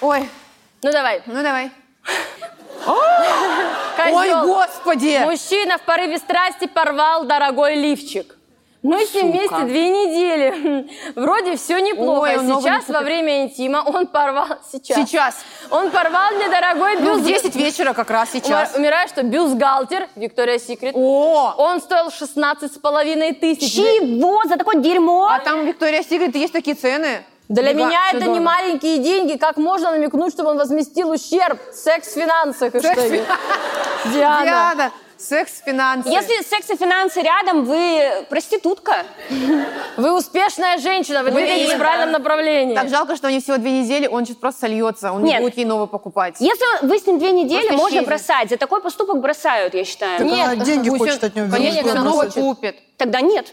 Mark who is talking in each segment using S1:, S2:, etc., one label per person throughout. S1: Ой,
S2: Ну давай.
S1: ну давай.
S2: Козёл.
S1: Ой, господи!
S2: Мужчина в порыве страсти порвал дорогой лифчик. Мы с ним вместе две недели. Вроде все неплохо.
S1: Ой, он новый не
S2: Сейчас
S1: купит.
S2: во время интима он порвал... Сейчас.
S1: Сейчас.
S2: Он порвал мне дорогой
S1: Ну, в
S2: бюст...
S1: 10 вечера как раз сейчас.
S2: Умираю, что бюстгальтер, Виктория Секрет.
S1: О!
S2: Он стоил 16 с половиной тысяч.
S3: Чего? За такое дерьмо?
S1: А там Виктория Секрет, есть такие цены.
S2: Для
S1: Фига,
S2: меня
S1: всё
S2: это не
S1: дорого.
S2: маленькие деньги. Как можно намекнуть, чтобы он возместил ущерб? Секс в финансах и что-нибудь. Диана.
S1: Диана, секс, финансы.
S3: Если секс и финансы рядом, вы проститутка.
S2: Вы успешная женщина, вы двигаетесь
S1: именно.
S2: в правильном направлении.
S1: Так жалко, что у них всего две недели, он сейчас просто сольется, он не
S3: Нет.
S1: будет ей новый покупать.
S3: Если вы с ним две недели,
S1: Просто
S3: можно
S1: исчезнет.
S3: бросать. За такой поступок бросают, я считаю.
S2: Нет,
S4: Она деньги
S1: Пусть
S4: хочет
S1: он-
S4: от него вернуть.
S1: Конечно,
S4: что она
S1: новый
S4: бросает.
S1: купит.
S3: Тогда нет.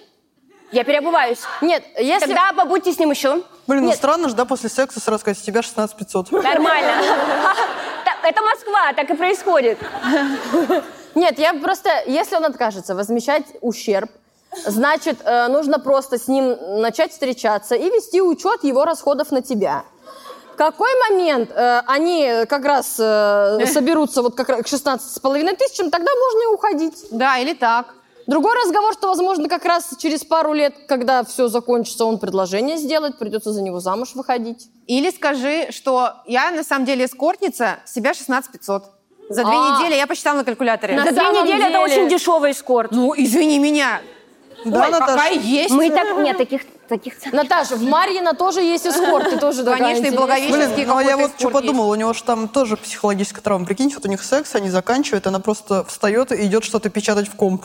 S3: Я переобуваюсь.
S2: Нет, если...
S3: Тогда побудьте с ним еще.
S4: Блин, ну странно же, да, после секса сразу сказать, с тебя 16 500.
S3: Нормально. Та- Это Москва, так и происходит.
S2: Нет, я просто... Если он откажется возмещать ущерб, значит, э, нужно просто с ним начать встречаться и вести учет его расходов на тебя. В какой момент э, они как раз э, соберутся вот как раз к 16,5 тысячам, тогда можно и уходить.
S1: Да, или так.
S2: Другой разговор, что, возможно, как раз через пару лет, когда все закончится, он предложение сделает, придется за него замуж выходить.
S1: Или скажи, что я на самом деле эскортница, с себя 16 500. За две
S2: А.
S1: недели я посчитала на калькуляторе.
S2: На
S3: За две
S2: самом
S3: недели это
S2: деле.
S3: очень дешевый эскорт.
S1: Ну, извини меня.
S4: Да,
S1: Ой, а- пока есть.
S3: Мы и так... Нет, таких... таких цен.
S2: Наташа, в Марьино тоже есть эскорт, ты тоже такая
S1: Конечно, и
S2: интересная.
S1: благовещенский
S4: Блин, ну а
S1: какой-то
S4: я вот что
S1: эскорт есть.
S4: подумал, у него же там тоже психологическая травма. Прикиньте, вот у них секс, они заканчивают, она просто встает и идет что-то печатать в комп.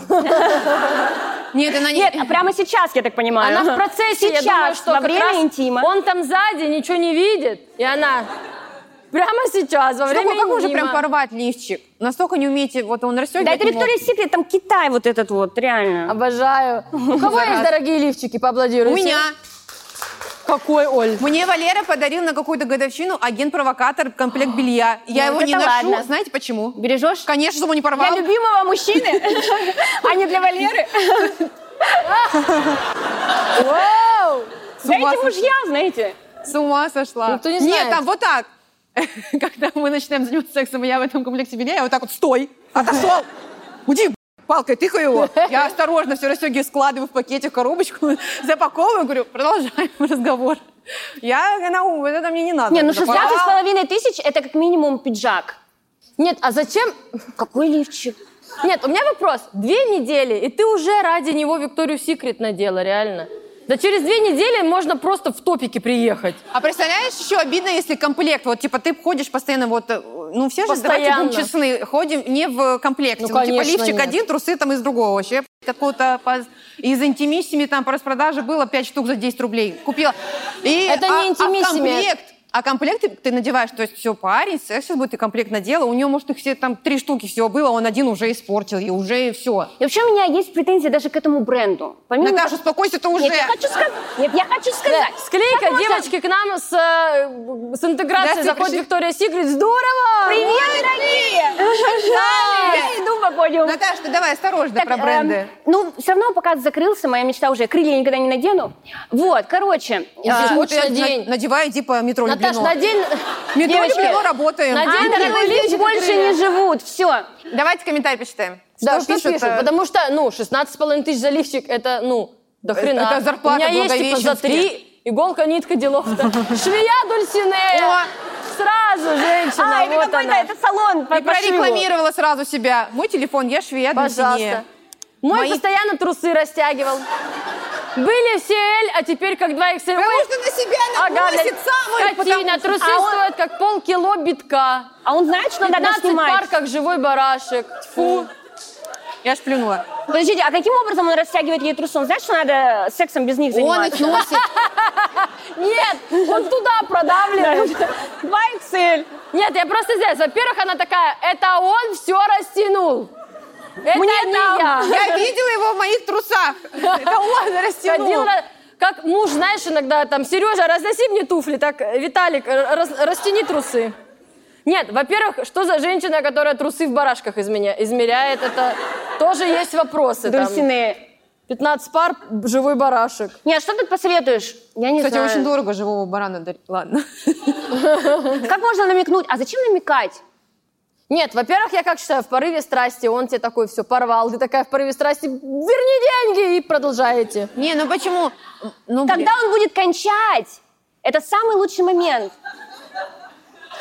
S1: Нет, она не...
S3: Нет, а прямо сейчас, я так понимаю.
S2: Она в процессе,
S3: сейчас,
S2: я думаю, что
S3: во
S2: как раз
S3: время интима.
S2: Он там сзади ничего не видит, и она прямо сейчас, во
S1: Что,
S2: время
S1: вы- как уже
S2: интима.
S1: прям порвать лифчик? Настолько не умеете, вот он расстегивает.
S3: Да это Виктория Секрет, там Китай вот этот вот,
S2: А,
S3: реально.
S2: Обожаю. У кого есть
S1: Зараза.
S2: дорогие лифчики, поаплодируйте.
S1: У меня.
S2: Какой, Оль?
S1: Мне Валера подарил на какую-то годовщину агент-провокатор комплект белья. Я
S3: Ну,
S1: его
S3: это
S1: не ношу.
S3: ладно.
S1: Знаете почему?
S3: Бережешь?
S1: Конечно, чтобы не порвал.
S3: Для любимого мужчины, а не для Валеры.
S2: Вау!
S1: С
S3: Да
S1: ума
S3: эти
S1: сошла.
S3: мужья, знаете.
S1: С ума сошла.
S2: Никто не
S1: Нет,
S2: знает.
S1: там вот так. Когда мы начинаем заниматься сексом, и я в этом комплекте белья, я вот так вот, стой, отошел, уйди, б***ь, палкой тыкаю его. Я осторожно все расстегиваю, складываю в пакете в коробочку, запаковываю, говорю, продолжаем разговор. Я, она, у- это мне не надо.
S3: Не, ну
S1: Такой,
S3: 16 с
S1: «А,
S3: половиной тысяч это как минимум пиджак.
S2: Нет, а зачем?
S3: Какой лифчик?
S2: Нет, у меня вопрос. Две недели, и ты уже ради него Викторию Секрет надела, реально. Да через две недели можно просто в топике приехать.
S1: А представляешь, еще обидно, если комплект, вот типа ты ходишь постоянно, вот, э, ну все же, давайте
S2: Постоянно.
S1: будем честны, ходим не в комплекте.
S2: Ну,
S1: Вот, типа
S2: конечно,
S1: лифчик
S2: нет.
S1: один, трусы там из другого. Вообще я какого-то поз- из интимиссими там по распродаже было 5 штук за 10 рублей. Купила. И,
S2: Это не интимиссими.
S1: А комплект, а комплект ты, ты надеваешь, то есть все, парень, секс сейчас будет, ты комплект надела, у него, может, их все там три штуки всего было, он один уже испортил, и уже все.
S3: И вообще у меня есть претензии даже к этому бренду.
S2: Ну,
S3: Помимо
S1: Наташа, успокойся ты уже.
S3: Нет, я хочу сказать. Нет, я хочу сказать.
S2: Склейка,
S3: Как можно-
S2: девочки, к нам с, э, с интеграцией
S1: Здравствуйте,
S2: заходит
S1: пришли.
S2: Виктория Секрет. Здорово!
S3: Привет, Ну, дорогие! Я иду по подиуму.
S1: Наташа, ты давай осторожно
S3: Так,
S1: про
S3: эм,
S1: бренды.
S3: ну, все равно пока закрылся, моя мечта уже крылья никогда не надену. Вот, короче.
S2: Если
S1: А,
S2: хочешь,
S1: ты на-
S2: надень.
S1: Надевай, иди по метро
S2: Наташ,
S1: Люблино.
S2: надень...
S1: Метро
S2: Девочки,
S1: Люблино работаем.
S2: надень-
S3: А,
S2: день дорогой
S3: дорогой
S2: лифчик,
S3: лифчик больше
S2: крылья.
S3: не живут. Все.
S1: Давайте комментарий почитаем.
S2: Да, что пишут?
S1: э,
S2: Потому что, ну, 16,5 тысяч за лифчик, это, ну, до
S1: Это-
S2: хрена.
S1: Э, это зарплата
S2: У меня есть, типа, за
S1: благовещенские.
S2: три иголка, нитка, делов-то. Швея Дульсинея!
S1: О!
S2: Сразу, женщина,
S3: А, это
S2: вот
S3: какой-то
S2: она.
S3: это салон. по
S1: И прорекламировала сразу себя. Мой телефон, я швея,
S2: Пожалуйста.
S1: Пожалуйста.
S2: Мой
S1: Мои-
S2: постоянно трусы растягивал. Были все L, а теперь как 2XL.
S1: Потому что на себя
S2: Ага,
S1: набросит
S2: блядь,
S1: самую.
S2: скотина,
S1: потому-
S2: трусы
S3: А он-
S2: стоят как полкило битка.
S3: А он знает, что надо
S2: 15
S3: снимать.
S2: пар, как живой барашек. Фу.
S1: Я ж плюнула.
S3: Подождите, а каким образом он растягивает ей трусы? Он знает, что надо сексом без них
S1: Он
S3: заниматься?
S1: их носит.
S2: Нет, он туда продавливает.
S3: 2 XL.
S2: Нет, я просто здесь. Во-первых, она такая, это он все растянул. Это
S3: Мне
S2: не
S3: там.
S2: я.
S1: Я видела его в моих трусах. Это он
S2: Ходил
S1: растянул.
S2: на- как муж, знаешь, иногда там, Сережа, разноси мне туфли, так, э, Виталик, р- раз- растяни трусы. Нет, во-первых, что за женщина, которая трусы в барашках изменя- измеряет, это тоже есть вопросы. там.
S3: Дульсинея.
S2: 15 пар – живой барашек.
S3: Нет, а что ты посоветуешь? Я не
S1: Кстати,
S3: знаю.
S1: очень дорого живого барана дарить. Ладно.
S3: Как можно намекнуть? А зачем намекать?
S2: Нет, во-первых, я как считаю, в порыве страсти он тебе такой все порвал, ты такая в порыве страсти «верни деньги» и продолжаете.
S1: Не, ну почему? Ну,
S3: Когда он будет кончать? Это самый лучший момент.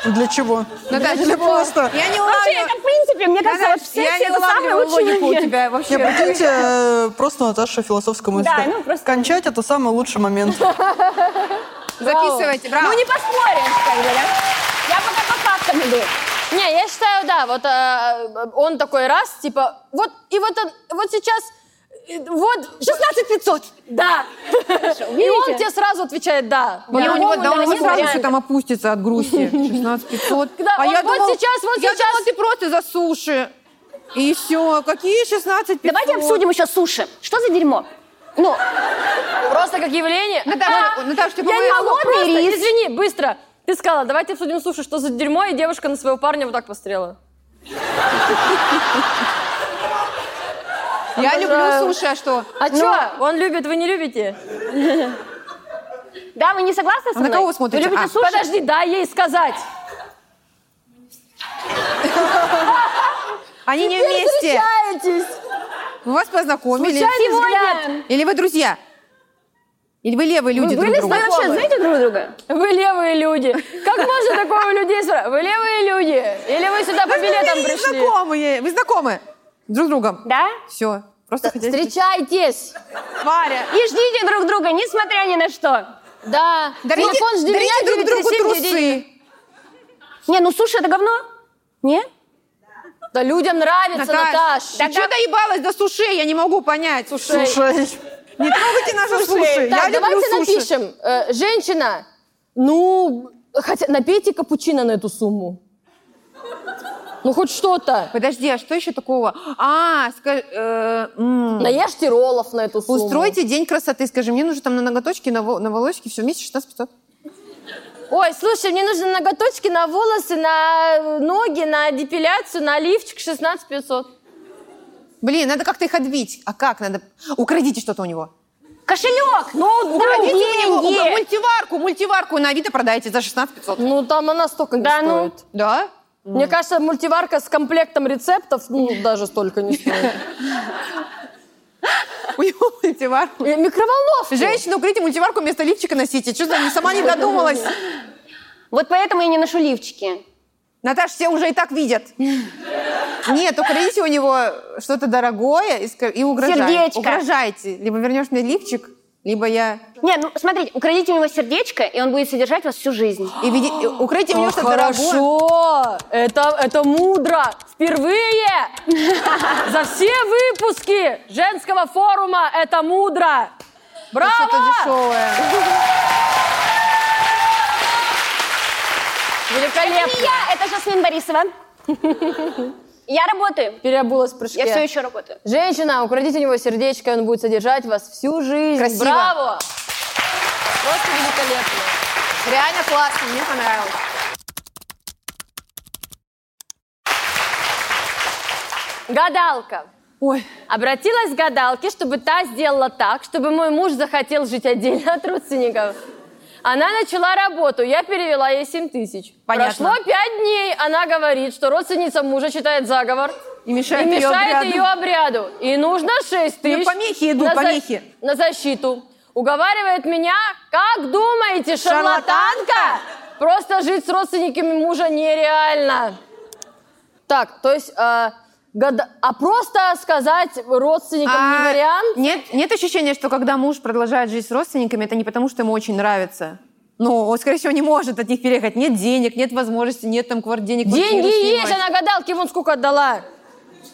S4: Для чего?
S1: Наташа,
S4: для просто.
S1: Ну, типа, А, Я не
S3: Вообще,
S1: улавливаю.
S3: это в принципе, мне кажется,
S1: Наташ,
S3: вот в
S1: я
S3: сексе
S1: не
S3: это самый
S1: улавливаю
S3: лучший
S1: логику у
S3: момент.
S1: тебя
S4: Не,
S1: вообще.
S4: прикиньте, э, просто Наташа философская мысль.
S3: ну просто-
S4: Кончать – это самый лучший момент.
S1: Записывайте, браво.
S3: Ну не поспоришь, как бы, да? Я пока по фактам иду.
S2: Не, я считаю, да, вот э, он такой раз, типа, вот, и вот, он- вот сейчас, э, вот,
S3: 16 500. Да. Хорошо,
S2: и он
S3: видите?
S2: тебе сразу отвечает «да».
S1: Не, у него, да, у
S3: по-другому, да,
S1: него
S3: нет
S1: сразу
S3: вариантов.
S1: все там опустится от грусти. 16 500.
S2: Да, вот- вот сейчас, вот
S1: я
S2: сейчас.
S1: думала, ты просто за суши. И все. Какие 16 500?
S3: Давайте обсудим еще суши. Что за дерьмо? Ну,
S2: Просто как явление.
S1: Наташа, Наташа, ты
S2: А, Я не
S1: по-моему,
S2: могу
S3: холодный
S2: просто,
S3: рис.
S2: извини, быстро. Ты сказала, давайте обсудим, слушай, что за дерьмо, и девушка на своего парня вот так пострела.
S1: Я люблю
S2: Обожаю.
S1: суши, а что?
S2: А
S3: Ну.
S2: чё? Он любит, вы не любите?
S3: да, вы не согласны
S1: А на
S3: со мной?
S1: кого вы смотрите?
S3: Вы любите
S1: А,
S3: суши?
S2: Подожди, дай ей сказать.
S1: Они не вместе.
S2: встречаетесь.
S1: Мы вас познакомили.
S2: Случайный
S3: Сегодня.
S2: взгляд.
S1: Или вы друзья? Или вы левые люди
S3: Вы
S1: друг
S3: были
S1: друга?
S3: Вы вообще знаете друг друга?
S2: Вы левые люди. Как можно такого людей спрашивать? Вы левые люди? Или вы сюда по
S1: Вы
S2: билетам
S1: были
S2: пришли?
S1: знакомые. Вы знакомы друг с другом?
S3: Да?
S1: Все. Просто хотели...
S2: Встречайтесь.
S1: Варя.
S3: И ждите друг друга, несмотря ни на что.
S2: Да.
S1: Дарите,
S2: Телефон жди
S1: дарите
S2: меня,
S1: друг другу
S2: 937,
S1: трусы.
S3: Не, ну суши это говно? Не?
S2: Да людям нравится, Наташ.
S1: Наташ, ты что доебалась до сушей? Я не могу понять.
S2: Сушей.
S4: Слушай,
S1: Не трогайте наши суши.
S2: Так,
S1: Я люблю
S2: давайте
S1: суши.
S2: напишем. э, женщина, ну, хотя напейте капучино на эту сумму. Ну, хоть что-то.
S1: Подожди, а что еще такого? А, ска- э, м,
S2: Наешьте роллов на эту сумму.
S1: устройте день красоты. Скажи, мне нужно там на ноготочки, на, во- на волосики, все вместе 16 500.
S2: Ой, слушай, мне нужны ноготочки на волосы, на ноги, на депиляцию, на лифчик 16 500.
S1: Блин, надо как-то их отбить. А как надо? Украдите что-то у него.
S3: Кошелек! Ну, да,
S1: Украдите у него у-
S3: деньги!
S1: мультиварку. Мультиварку на Авито продайте за 16 500.
S2: Ну, там она столько не
S3: Да ну.
S2: стоит.
S1: Да?
S2: Мне кажется, мультиварка с комплектом рецептов ну, даже столько не стоит.
S1: У него мультиварку.
S2: И Микроволновку.
S1: Женщина, укройте мультиварку вместо лифчика носите. Что за сама не додумалась?
S3: Вот поэтому я не ношу лифчики.
S1: Наташа, все уже и так видят. Нет, украдите у него что-то дорогое и, ска- и угрожайте.
S3: Сердечко.
S1: Угрожайте. Либо вернешь мне лифчик, либо я...
S3: Не, ну смотрите, украдите у него сердечко, и он будет содержать вас всю жизнь.
S1: И веди- и украдите у него
S2: О,
S1: что-то дорогое.
S2: Хорошо, это, это мудро. Впервые за все выпуски женского форума это мудро.
S1: Что-то
S2: Браво!
S1: дешевое.
S3: И
S2: Великолепно.
S3: я, это Жасмин Борисова. Я работаю.
S2: Переобулась в прыжке.
S3: Я все еще работаю.
S2: Женщина, украдите у него сердечко, и он будет содержать вас всю жизнь.
S1: Красиво.
S2: Браво! Просто великолепно.
S1: Реально классно, мне понравилось.
S2: Гадалка.
S1: Ой,
S2: Обратилась к гадалке, чтобы та сделала так, чтобы мой муж захотел жить отдельно от родственников. Она начала работу, я перевела ей 7 тысяч.
S1: Понятно.
S2: Прошло 5 дней, она говорит, что родственница мужа читает заговор
S1: и мешает
S2: и
S1: ее
S2: мешает
S1: обряду.
S2: ее обряду. И нужно 6
S1: Ну,
S2: тысяч.
S1: помехи идут,
S2: на за-
S1: помехи.
S2: На защиту. Уговаривает меня, как думаете, шарлатанка? Просто жить с родственниками мужа нереально. Так, то есть, э, года- а просто сказать родственникам
S1: А,
S2: не вариант?
S1: Нет, нет ощущения, что когда муж продолжает жить с родственниками, это не потому, что ему очень нравится. Ну, он, скорее всего, не может от них переехать. Нет денег, нет возможности, нет там квартир, денег. квартиры
S2: Деньги
S1: снимать.
S2: есть, она гадалки вон сколько отдала.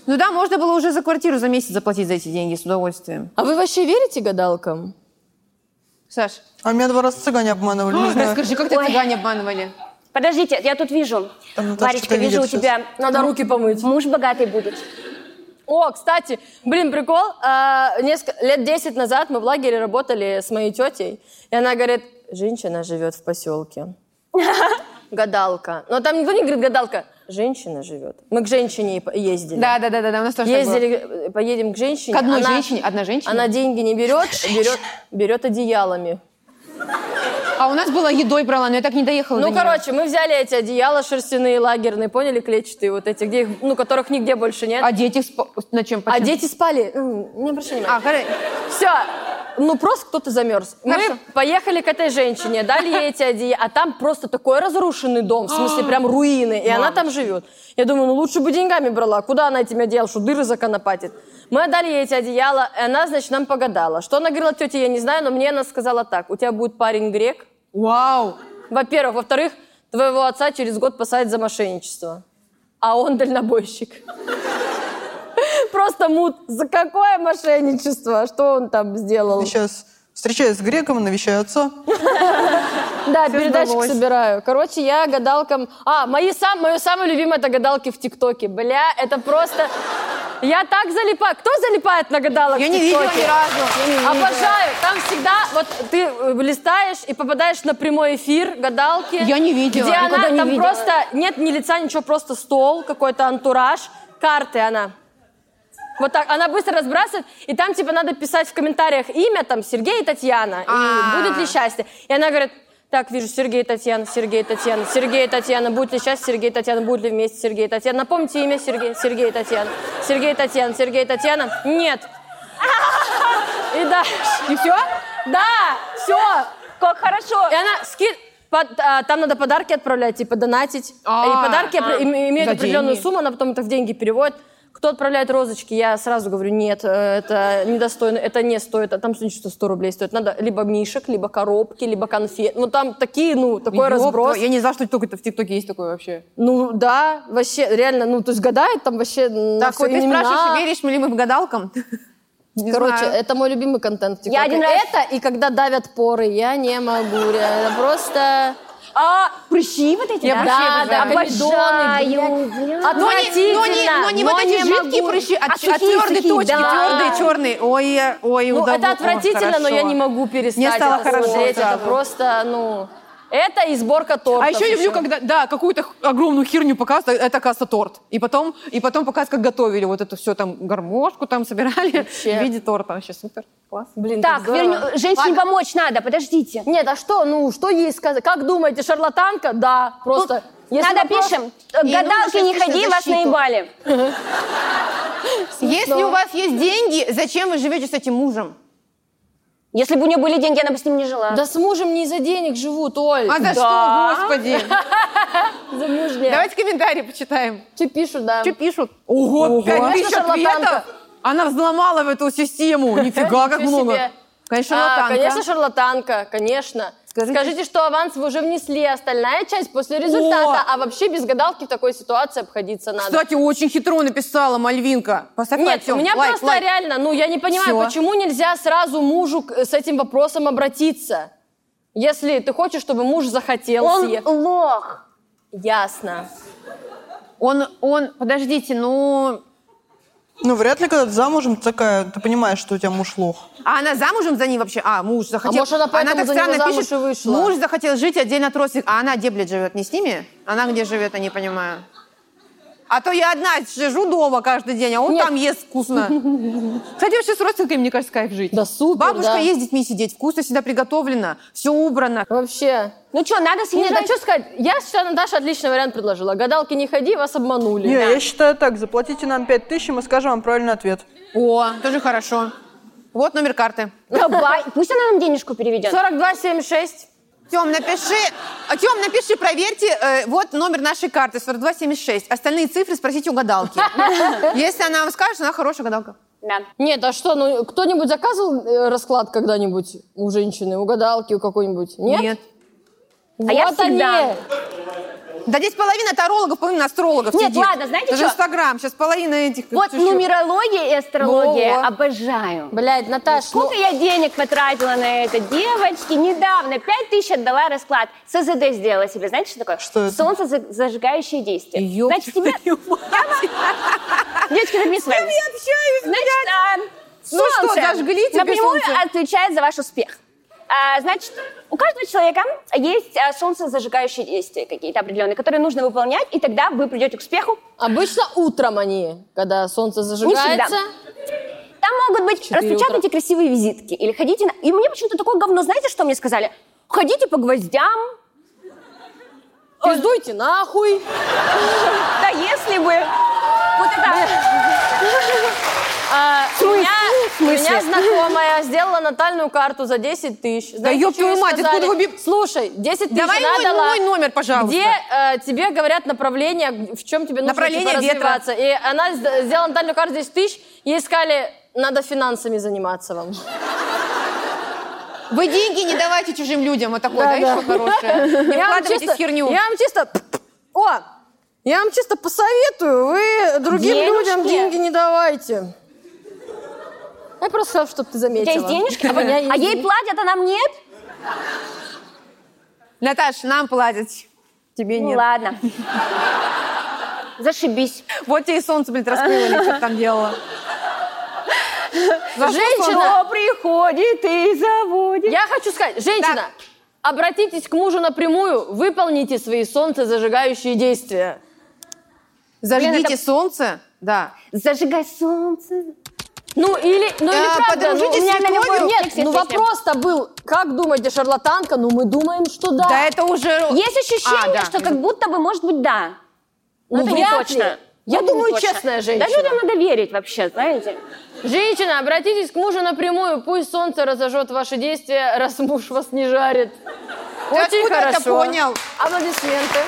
S1: Ну да, можно было уже за квартиру за месяц заплатить за эти деньги с удовольствием.
S2: А вы вообще верите гадалкам?
S1: Саш,
S4: а меня два раза цыгане обманывали, не знаю.
S1: расскажи, как тебя
S3: Ой.
S1: цыгане обманывали?
S3: Подождите, я тут вижу.
S4: Там Наташка
S3: Варечка,
S4: видит
S3: вижу у
S4: сейчас.
S3: тебя...
S2: Надо руки помыть.
S3: Муж богатый будет.
S2: О, кстати, блин, прикол. а, неск- лет 10 назад мы в лагере работали с моей тетей. И она говорит, женщина живет в поселке. Гадалка. Но там никто не говорит гадалка. женщина живет. Мы к женщине и по- ездили.
S1: Да, да, да, да, да, у нас тоже так было.
S2: Ездили, э, поедем к женщине.
S1: К одной
S2: она-
S1: женщине, одна женщина.
S2: Она деньги не берет, берет, берет одеялами.
S1: А у нас была едой брала, но я так не доехала. до
S2: Ну,
S1: неё.
S2: короче, мы взяли эти одеяла шерстяные, лагерные, поняли, клетчатые, вот эти, где их, ну, которых нигде больше нет.
S1: А дети спа- на чем?
S2: А
S1: почему?
S2: дети спали. М, Не обращай внимания.
S1: А, короче,
S2: Все. Ну, просто кто-то замерз.
S1: Хорошо.
S2: Мы поехали к этой женщине, дали ей эти одеяла, а там просто такой разрушенный дом, в смысле, прям руины, и она там живет. Я думаю, ну, лучше бы деньгами брала, куда она этими одеяла, что дыры законопатит. Мы отдали ей эти одеяла, и она, значит, нам погадала. Что она говорила тете, я не знаю, но мне она сказала так, у тебя будет парень грек,
S1: вау.
S2: во-первых. Во-вторых, твоего отца через год посадят за мошенничество. А он дальнобойщик. Просто мут. За какое мошенничество? Что он там сделал?
S4: Сейчас встречаюсь с греком, навещаю отца.
S2: Да, передачки
S1: сдалось.
S2: собираю. Короче, я гадалкам... А, мои сам... мое самое любимое это гадалки в ТикТоке. Бля, это просто... Я так залипаю. Кто залипает на гадалок
S1: Я
S2: в
S1: не видела
S2: ТикТоке?
S1: ни разу. Я не видела.
S2: Обожаю. Там всегда вот ты э, листаешь и попадаешь на прямой эфир гадалки.
S1: Я не видела,
S2: Где
S1: никогда
S2: она,
S1: не
S2: там
S1: видела.
S2: просто нет ни лица, ничего, просто стол, какой-то антураж, карты она. Вот так, она быстро разбрасывает, и там, типа, надо писать в комментариях имя, там, Сергей и Татьяна,
S1: А.
S2: и будет ли счастье. И она говорит, так, вижу, Сергей и Татьяна, Сергей и Татьяна, Сергей и Татьяна, будет ли счастье, Сергей и Татьяна, будет ли вместе Сергей и Татьяна. Напомните имя Сергей, Сергей и Татьяна, Сергей и Татьяна, Сергей и Татьяна. Нет. И дальше.
S1: И все?
S2: Да, все.
S3: Как хорошо.
S2: И она ски- под- а, там надо подарки отправлять, типа донатить.
S1: А,
S2: и подарки опре- им- имеют
S1: За
S2: определенную
S1: деньги.
S2: сумму, она потом это в деньги переводит. Кто отправляет розочки, я сразу говорю, нет, э, это недостойно, это не стоит, а там сегодня что-то 100 рублей стоит. Надо либо мишек, либо коробки, либо конфет. Ну там такие, ну, такой
S1: Ёпта,
S2: разброс.
S1: Я не знала, что только в ТикТоке есть такое вообще.
S2: Ну да, вообще, реально, ну то есть гадает там вообще на
S1: Так,
S2: всё
S1: вот ты
S2: имена.
S1: спрашиваешь, веришь ли мы гадалкам? Не
S2: Короче,
S1: знаю.
S2: это мой любимый контент. в
S3: Я
S2: ТикТоке.
S3: один раз-
S2: Это и когда давят поры, я не могу, реально, просто...
S3: А, прыщи вот эти,
S1: Я
S3: да?
S1: прыщи
S3: да, да,
S2: обожаю.
S3: обожаю. блядь.
S2: А
S1: Но не, но не, но не вот эти
S2: не
S1: жидкие
S2: могу.
S1: прыщи, а,
S3: А
S1: ч- а
S3: сухие,
S1: твердые
S3: сухие,
S1: точки,
S3: да.
S1: твердые, черные. Ой, я- ой,
S2: Ну,
S1: удобно.
S2: это отвратительно, но я не могу перестать
S1: Мне стало
S2: это
S1: хорошо
S2: смотреть.
S1: сразу.
S2: Это просто, ну... Это и сборка тортов.
S1: А еще люблю, когда, да, какую-то х- огромную херню показывают, а это, оказывается, торт. И потом, и потом показывают, как готовили вот это все, там, гармошку там собирали в виде торта. Вообще супер, класс.
S2: Блин,
S3: Так,
S2: здорово.
S3: верню- женщине помочь надо, подождите.
S2: Нет, а что, ну, что ей сказать? Как думаете, шарлатанка? Да, просто... Если
S3: надо
S2: вопрос-
S3: пишем.
S2: Ей
S3: Гадалки
S2: нужно
S3: не
S2: сейчас
S3: ходи,
S2: пишет
S3: вас
S2: защиту.
S3: наебали.
S1: Если у вас есть деньги, зачем вы живете с этим мужем?
S3: Если бы у нее были деньги, она бы с ним не жила.
S2: Да с мужем не из-за денег живут, Оль.
S1: А за
S3: Да.
S1: что, господи?
S2: Замужняя.
S1: Давайте комментарии почитаем.
S2: Что пишут, да.
S1: Что пишут? Ого,
S2: Конечно,
S1: 5000 ответов?
S2: шарлатанка.
S1: Она взломала в эту систему. Нифига, как
S2: Ничего
S1: много.
S2: себе.
S1: Конечно,
S2: А,
S1: шарлатанка.
S2: конечно, шарлатанка, конечно.
S1: Скажите-
S2: Скажите, что аванс вы уже внесли, остальная часть после результата. А вообще без гадалки в такой ситуации обходиться надо.
S1: Кстати, очень хитро написала Мальвинка. Поставь
S2: Нет,
S1: лайк,
S2: у меня
S1: Тём, лайк,
S2: просто
S1: лайк.
S2: реально, ну я не понимаю,
S1: Всё.
S2: почему нельзя сразу мужу к- с этим вопросом обратиться, если ты хочешь, чтобы муж захотел
S3: Он
S2: съехать.
S3: лох.
S2: Ясно.
S1: Он, он, подождите, ну...
S4: Ну, вряд ли, когда ты замужем, ты такая, ты понимаешь, что у тебя муж лох.
S1: А она замужем за ним вообще? А, муж захотел...
S2: может, она поэтому
S1: так
S2: за него
S1: странно
S2: замуж
S1: пишет,
S2: и вышла?
S1: Муж захотел жить отдельно от родственников. А она где, блядь, живет? Не с ними? Она где живет, я не понимаю. А то я одна сижу дома каждый день, а он там ест вкусно. Кстати, вообще с родственниками, мне кажется, кайф жить.
S2: Да супер,
S1: Бабушка
S2: да.
S1: есть с детьми сидеть, вкусно всегда приготовлено, все убрано.
S2: Вообще.
S3: Ну что, надо съезжать?
S2: Нет, а что сказать? Я считаю, Наташа отличный вариант предложила. Гадалки не ходи, вас обманули.
S4: Не, я считаю так, заплатите нам 5 тысяч, и мы скажем вам правильный ответ.
S1: О, тоже хорошо. Вот номер карты.
S3: Давай, пусть она нам денежку переведет.
S2: 4276.
S1: Тем, напиши, Тем, напиши, проверьте, э, вот номер нашей карты 4276. Остальные цифры спросите у гадалки. Если она вам скажет, она хорошая гадалка.
S3: Да.
S2: Нет, а что, ну кто-нибудь заказывал э, расклад когда-нибудь у женщины, у гадалки, у какой-нибудь? Нет? Вот
S3: А я
S2: они.
S3: всегда.
S1: Да здесь половина тарологов, половина астрологов
S3: Нет,
S1: сидит.
S3: ладно, знаете
S1: Даже
S3: чё?
S1: Инстаграм, сейчас половина этих.
S3: Вот
S1: чё-чё.
S3: нумерология и астрология
S2: Ну вот.
S3: обожаю.
S2: Блядь, Наташ, ну,
S3: Сколько я денег потратила на это? Девочки, недавно 5 тысяч отдала расклад. СЗД сделала себе. Знаете, что такое?
S4: Что это?
S3: Солнцезажигающее действие.
S1: Ёп,
S3: Значит, тебе...
S1: твою мать.
S3: Девочки, записываем.
S1: Я общаюсь,
S3: Значит, а,
S1: Ну что,
S3: солнце
S1: зажгли тебе
S3: напрямую
S1: солнце?
S3: отвечает за ваш успех. А, значит, у каждого человека есть а, солнцезажигающие действия какие-то определенные, которые нужно выполнять, и тогда вы придете к успеху.
S2: Обычно утром они, когда солнце зажигается.
S3: Там могут быть
S2: Четыре
S3: распечатайте красивые визитки или ходите на... И мне почему-то такое говно, знаете, что мне сказали? Ходите по гвоздям.
S2: Пиздуйте нахуй.
S3: Да если бы... Вот это...
S2: А,
S3: В смысле?
S2: меня-
S3: В смысле?
S2: меня знакомая сделала натальную карту за 10 тысяч. Знаете,
S1: ёб
S2: что
S1: твою
S2: ей
S1: мать,
S2: сказали?
S1: откуда вы би-
S2: Слушай, 10 тысяч
S1: Давай мой,
S2: надо
S1: мой номер, пожалуйста.
S2: Где э, тебе говорят направление, в чем тебе нужно
S1: Направление
S2: типа,
S1: ветра.
S2: развиваться. И она сд- сделала натальную карту 10 тысяч, ей сказали, надо финансами заниматься вам.
S1: Вы деньги не давайте чужим людям, вот такое,
S2: Да,
S1: да,
S2: да.
S1: еще хорошее. Не
S2: Я вам
S1: вкладывайтесь
S2: чисто-
S1: в херню.
S2: Я вам чисто... О! Я вам чисто посоветую, вы другим
S3: Денежки.
S2: людям деньги не давайте. Я просто хотела, чтобы ты
S3: У тебя
S2: заметила.
S3: есть денежки?
S2: А у меня есть
S3: А ей
S2: деньги.
S3: платят, а нам нет?
S1: Наташ, нам платят. Тебе
S3: Ну
S1: нет.
S3: ладно. Зашибись.
S1: Вот тебе и солнце, блин, раскрыло, или что ты там делала. За что
S2: Женщина,
S3: Кто приходит и заводит?
S2: я хочу сказать, женщина,
S1: Так.
S2: обратитесь к мужу напрямую, выполните свои солнцезажигающие действия.
S1: Зажгите
S3: Блин, это-
S1: солнце, да.
S3: Зажигай солнце.
S2: Ну или, ну или
S1: Э,
S2: правда, ну,
S1: подружитесь
S2: у меня
S1: с
S2: на него-
S1: любовью.
S2: Нет,
S3: Есть,
S2: ну
S3: есть, есть.
S2: вопрос-то был, как думаете, шарлатанка? Ну мы думаем, что да.
S1: Да это уже...
S3: Есть ощущение,
S1: А, да.
S3: что как будто бы, может быть, да. Но
S2: Ну,
S3: это не
S2: вряд
S3: точно.
S2: ли. Я
S3: Ну,
S2: думаю,
S3: не точно.
S2: честная женщина.
S3: Да людям надо верить вообще, знаете.
S2: Женщина, обратитесь к мужу напрямую, пусть солнце разожжет ваши действия, раз муж вас не жарит. Очень
S1: откуда это
S2: хорошо.
S1: понял?
S2: Аплодисменты.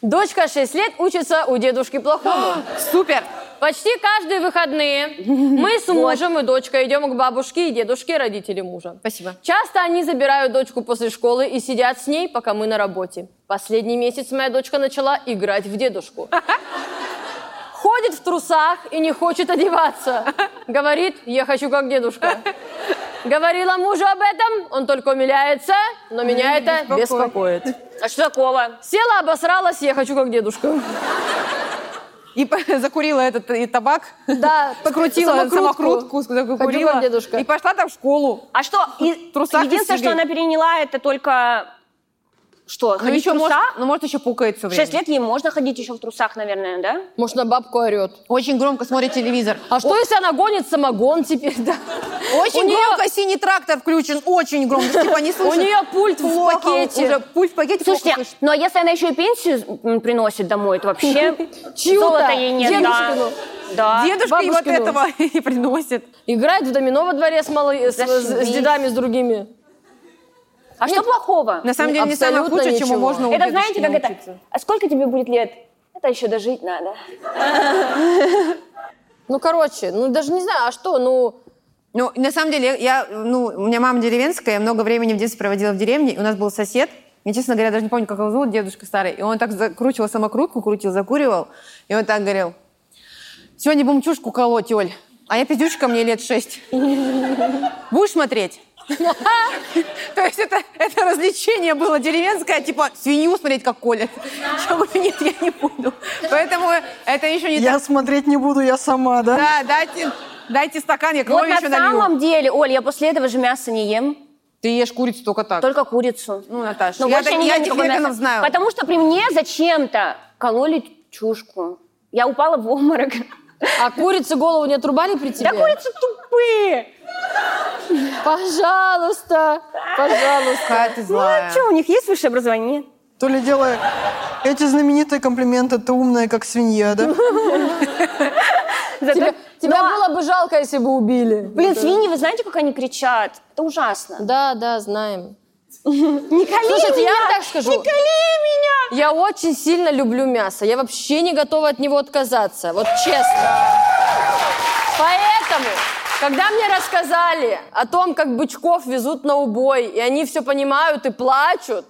S2: Дочка 6 лет учится у дедушки плохому.
S1: Супер.
S2: Почти каждые выходные мы с мужем и дочкой идем к бабушке и дедушке, родителям мужа.
S1: Спасибо.
S2: Часто они забирают дочку после школы и сидят с ней, пока мы на работе. Последний месяц моя дочка начала играть в дедушку. Ходит в трусах и не хочет одеваться. Говорит, я хочу как дедушка. Говорила мужу об этом, он только умиляется, но меня это беспокоит.
S3: А что такого?
S2: Села, обосралась, я хочу как дедушка.
S1: И по- закурила этот и табак.
S2: Да,
S1: Покрутила самокрутку,
S2: Хочу
S1: закурила.
S2: как дедушка.
S1: И пошла там в школу.
S3: А что? и-
S1: В трусах и
S3: единственное,
S1: с
S3: что
S1: игрой.
S3: она переняла, это только... Что,
S1: Ну
S3: ходить
S1: еще,
S3: в
S1: может,
S3: трусах?
S1: ну, может, еще пукает все
S3: В
S1: время.
S3: Шесть лет ей можно ходить еще в трусах, наверное, да?
S2: Может, на бабку орет.
S1: Очень громко смотрит телевизор.
S2: А что, если она гонит самогон теперь? Да. У
S1: Очень
S2: неё-
S1: громко синий трактор включен, очень громко, типа не
S2: У
S1: слышно.
S2: нее пульт в
S1: Плохо,
S2: пакете.
S1: Уже пульт в пакете. плохо
S3: Слушайте,
S1: слышно.
S3: ну а если она еще и пенсию м, приносит домой, это вообще
S2: Чью-то?
S3: золота ей нет. да.
S2: Дедушкину.
S3: Да.
S1: Дедушка и вот
S2: бабушкину.
S1: этого и приносит.
S2: Играет в домино во дворе с, малы- с, с- с дедами, с другими.
S3: А что плохого?
S1: На самом деле не самое
S2: Абсолютно
S1: худшее,
S2: ничего.
S1: чему можно у
S3: Это
S1: дедушки
S3: знаете, как это?
S1: научиться.
S3: А сколько тебе будет лет? Это еще дожить надо.
S2: Ну, короче, ну даже не знаю, а что, ну...
S1: Ну, на самом деле, я, ну, у меня мама деревенская, я много времени в детстве проводила в деревне, и у нас был сосед, я, честно говоря, даже не помню, как его зовут, дедушка старый, и он так закручивал самокрутку, крутил, закуривал, и он так говорил, сегодня будем чушку колоть, Оль, а я пиздючка, мне лет шесть. Будешь смотреть? То есть это, это развлечение было деревенское, типа свинью смотреть, как колят. Я говорю, Нет, я не буду. Поэтому это еще не
S4: Я смотреть не буду, я сама, да?
S1: да, дайте, дайте стакан, я
S3: Вот
S1: крови
S3: на
S1: еще налью.
S3: самом деле, Оль, я после этого же мясо не ем,
S1: Ты ешь курицу только так.
S3: только курицу.
S1: Ну, Наташа,
S3: Но
S1: я,
S3: больше
S1: так-
S3: не
S1: я
S3: ем
S1: этих
S3: никакого мяса.
S1: веганов знаю.
S3: Потому что при мне зачем-то кололи чушку. Я упала в обморок.
S2: А курицы голову не отрубали при тебе?
S3: Да курицы тупые.
S2: Пожалуйста, пожалуйста.
S1: Какая ты
S3: Ну, а
S1: злая.
S3: что, у них есть высшее образование? Нет.
S4: То ли дело эти знаменитые комплименты, ты умная, как свинья, да?
S3: Зато-
S2: Тебя, тебя
S3: Ну, а-
S2: было бы жалко, если бы убили.
S3: Блин, свиньи, вы знаете, как они кричат? Это ужасно.
S2: Да, да, знаем.
S3: Не коли
S2: Слушайте, я
S3: меня!
S2: вам так скажу.
S3: Не коли меня!
S2: Я очень сильно люблю мясо. Я вообще не готова от него отказаться. Вот честно. Поэтому, когда мне рассказали о том, как бычков везут на убой, и они все понимают и плачут,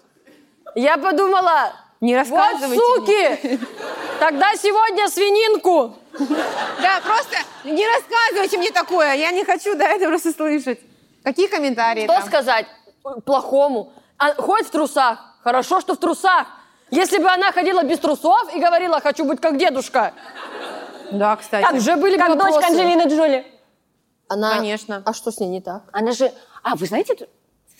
S2: я подумала,
S1: Не
S2: вот
S1: рассказывайте.
S2: суки, тогда сегодня свининку.
S1: Да, просто не рассказывайте мне такое. Я не хочу до этого просто слышать. Какие комментарии
S2: Что
S1: там?
S2: сказать плохому? А, хоть в трусах. Хорошо, что в трусах. Если бы она ходила без трусов и говорила, хочу быть как дедушка,
S1: Да, кстати.
S2: Как же были
S3: Как
S2: вопросы.
S3: дочка Анджелины Джоли.
S2: Она...
S1: Конечно.
S2: А что с ней не так?
S3: Она же... А, вы знаете эту...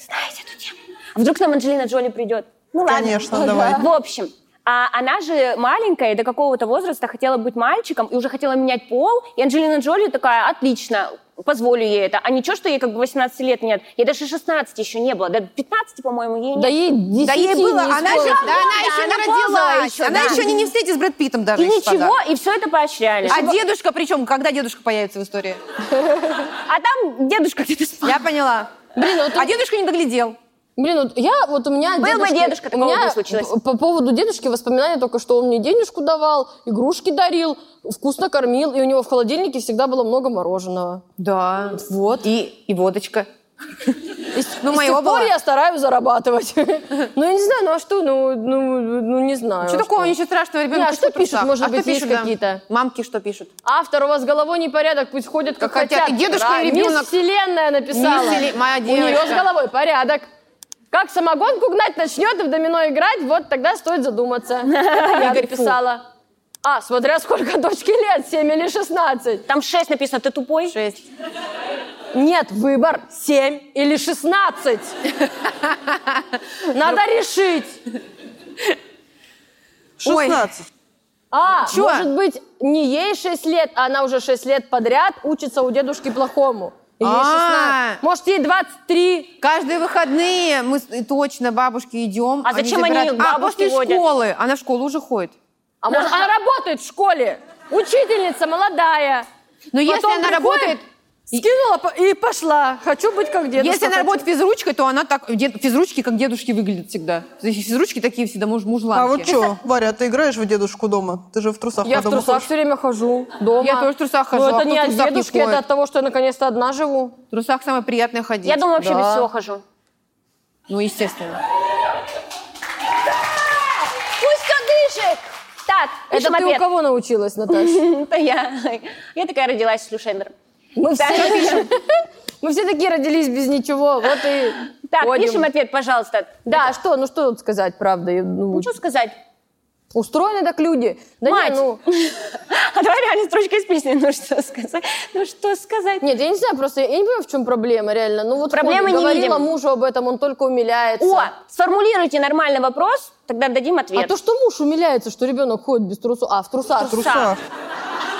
S3: Знаете эту тему? А вдруг нам Анджелина Джоли придет? Ну ладно.
S4: Конечно, давай.
S3: В общем, а она же маленькая и до какого-то возраста хотела быть мальчиком и уже хотела менять пол. И Анджелина Джоли такая, отлично, позволю ей это. А ничего, что ей как бы 18 лет нет. Ей даже 16 еще не было. Да 15, по-моему, ей не
S2: Да ей 10
S1: Да ей было,
S2: не
S1: она же,
S2: исполнилось.
S1: да, она еще
S3: она
S1: не
S3: ползала
S1: родилась,
S3: еще,
S1: она
S3: да.
S1: еще не, не встретит с Брэд Питтом даже,
S3: И
S1: господа.
S3: ничего, и все это поощряли.
S1: А дедушка причем, когда дедушка появится в истории?
S3: А там дедушка где-то спал.
S1: Я поняла.
S2: Блин, вот
S1: А дедушка не доглядел.
S2: Блин, вот я, вот у меня
S3: Был бы
S2: дедушки- у
S3: дедушка, такого бы
S2: меня
S3: не случилось.
S2: п- по поводу дедушки воспоминания только, что он мне денежку давал, игрушки дарил, вкусно кормил, и у него в холодильнике всегда было много мороженого.
S1: Да. Вот. И, и водочка.
S2: И с-
S1: Ну,
S2: и с
S1: моего
S2: тех пор
S1: была.
S2: я стараюсь зарабатывать. Ну, я не знаю, ну а что, ну, ну, ну, не знаю.
S1: Что такого ничего страшного,
S2: Не, а
S1: ребенок?
S2: что пишут, может быть, есть
S1: да?
S2: какие-то?
S1: Мамки что пишут?
S2: Автор, у вас головой непорядок, пусть ходят как,
S1: Как хотят.
S2: хотят.
S1: И дедушка, и
S2: Мисс
S1: ребенок.
S2: Вселенная написала.
S1: Мисс Вселен- моя
S2: У нее с
S1: девочка.
S2: головой порядок. Как самогонку гнать начнет и в домино играть, вот тогда стоит задуматься. Я
S1: Игорь, фу.
S2: написала. А, смотря сколько дочке лет, 7 или 16.
S3: Там 6 написано, ты тупой?
S1: Шесть.
S2: Нет, выбор 7 или 16. Надо решить.
S4: 16.
S2: А,
S1: Чё?
S2: может быть, не ей 6 лет, а она уже 6 лет подряд учится у дедушки плохому. И ей 16.
S1: А.
S2: Может, ей 23.
S1: Каждые выходные мы с- и точно бабушки идем.
S3: А зачем они
S1: а,
S3: бабушки
S1: после
S3: водят?
S1: школы. Она в школу уже ходит.
S2: А может, она работает в школе? Учительница молодая.
S1: Но если
S2: Потом
S1: она
S2: приходит,
S1: работает...
S2: Скинула по- и пошла. Хочу быть как дедушка.
S1: Если она
S2: хочу.
S1: работает физручкой, то она так... дед- Физручки как дедушки выглядят всегда. То есть Физручки такие всегда муж, мужланки.
S4: А вот что, Варя, ты играешь в дедушку дома? Ты же в трусах
S2: Я в
S4: по дому
S2: трусах
S4: ходишь.
S2: все время хожу. Дома.
S1: Я тоже в трусах хожу,
S2: Но
S1: а
S2: это
S1: кто
S2: не
S1: в
S2: от
S1: трусах не
S2: дедушки,
S1: ходит?
S2: это от того, что я наконец-то одна живу.
S1: В трусах самое приятное ходить.
S3: Я думаю, вообще
S2: Да.
S3: без всего хожу.
S1: Ну, естественно.
S3: Пусть все дышит! Так,
S2: это
S3: пишем
S2: ты у
S3: ответ.
S2: кого научилась, Наташа?
S3: Это я. Я такая родилась с люшемером.
S2: Мы
S3: Так,
S2: все, мы все такие родились без ничего. Вот и
S3: Так,
S2: ходим.
S3: пишем ответ, пожалуйста.
S2: Да, что, ну что тут сказать, правда? Я, Ну,
S3: Ну, что сказать?
S2: устроены так люди. Да не,
S3: Мать.
S2: ну,
S3: А давай реально строчка из песни. Ну, что сказать? Ну, что сказать?
S2: Нет, я не знаю, просто я не понимаю, в чем проблема, реально. Ну вот
S3: Проблемы
S2: ходит,
S3: не
S2: говорила
S3: видим.
S2: мужу об этом, он только умиляется.
S3: О, сформулируйте нормальный вопрос, тогда дадим
S2: а
S3: ответ.
S2: то, что муж умиляется, что ребенок ходит без трусов, а в трусах.
S4: В трусах.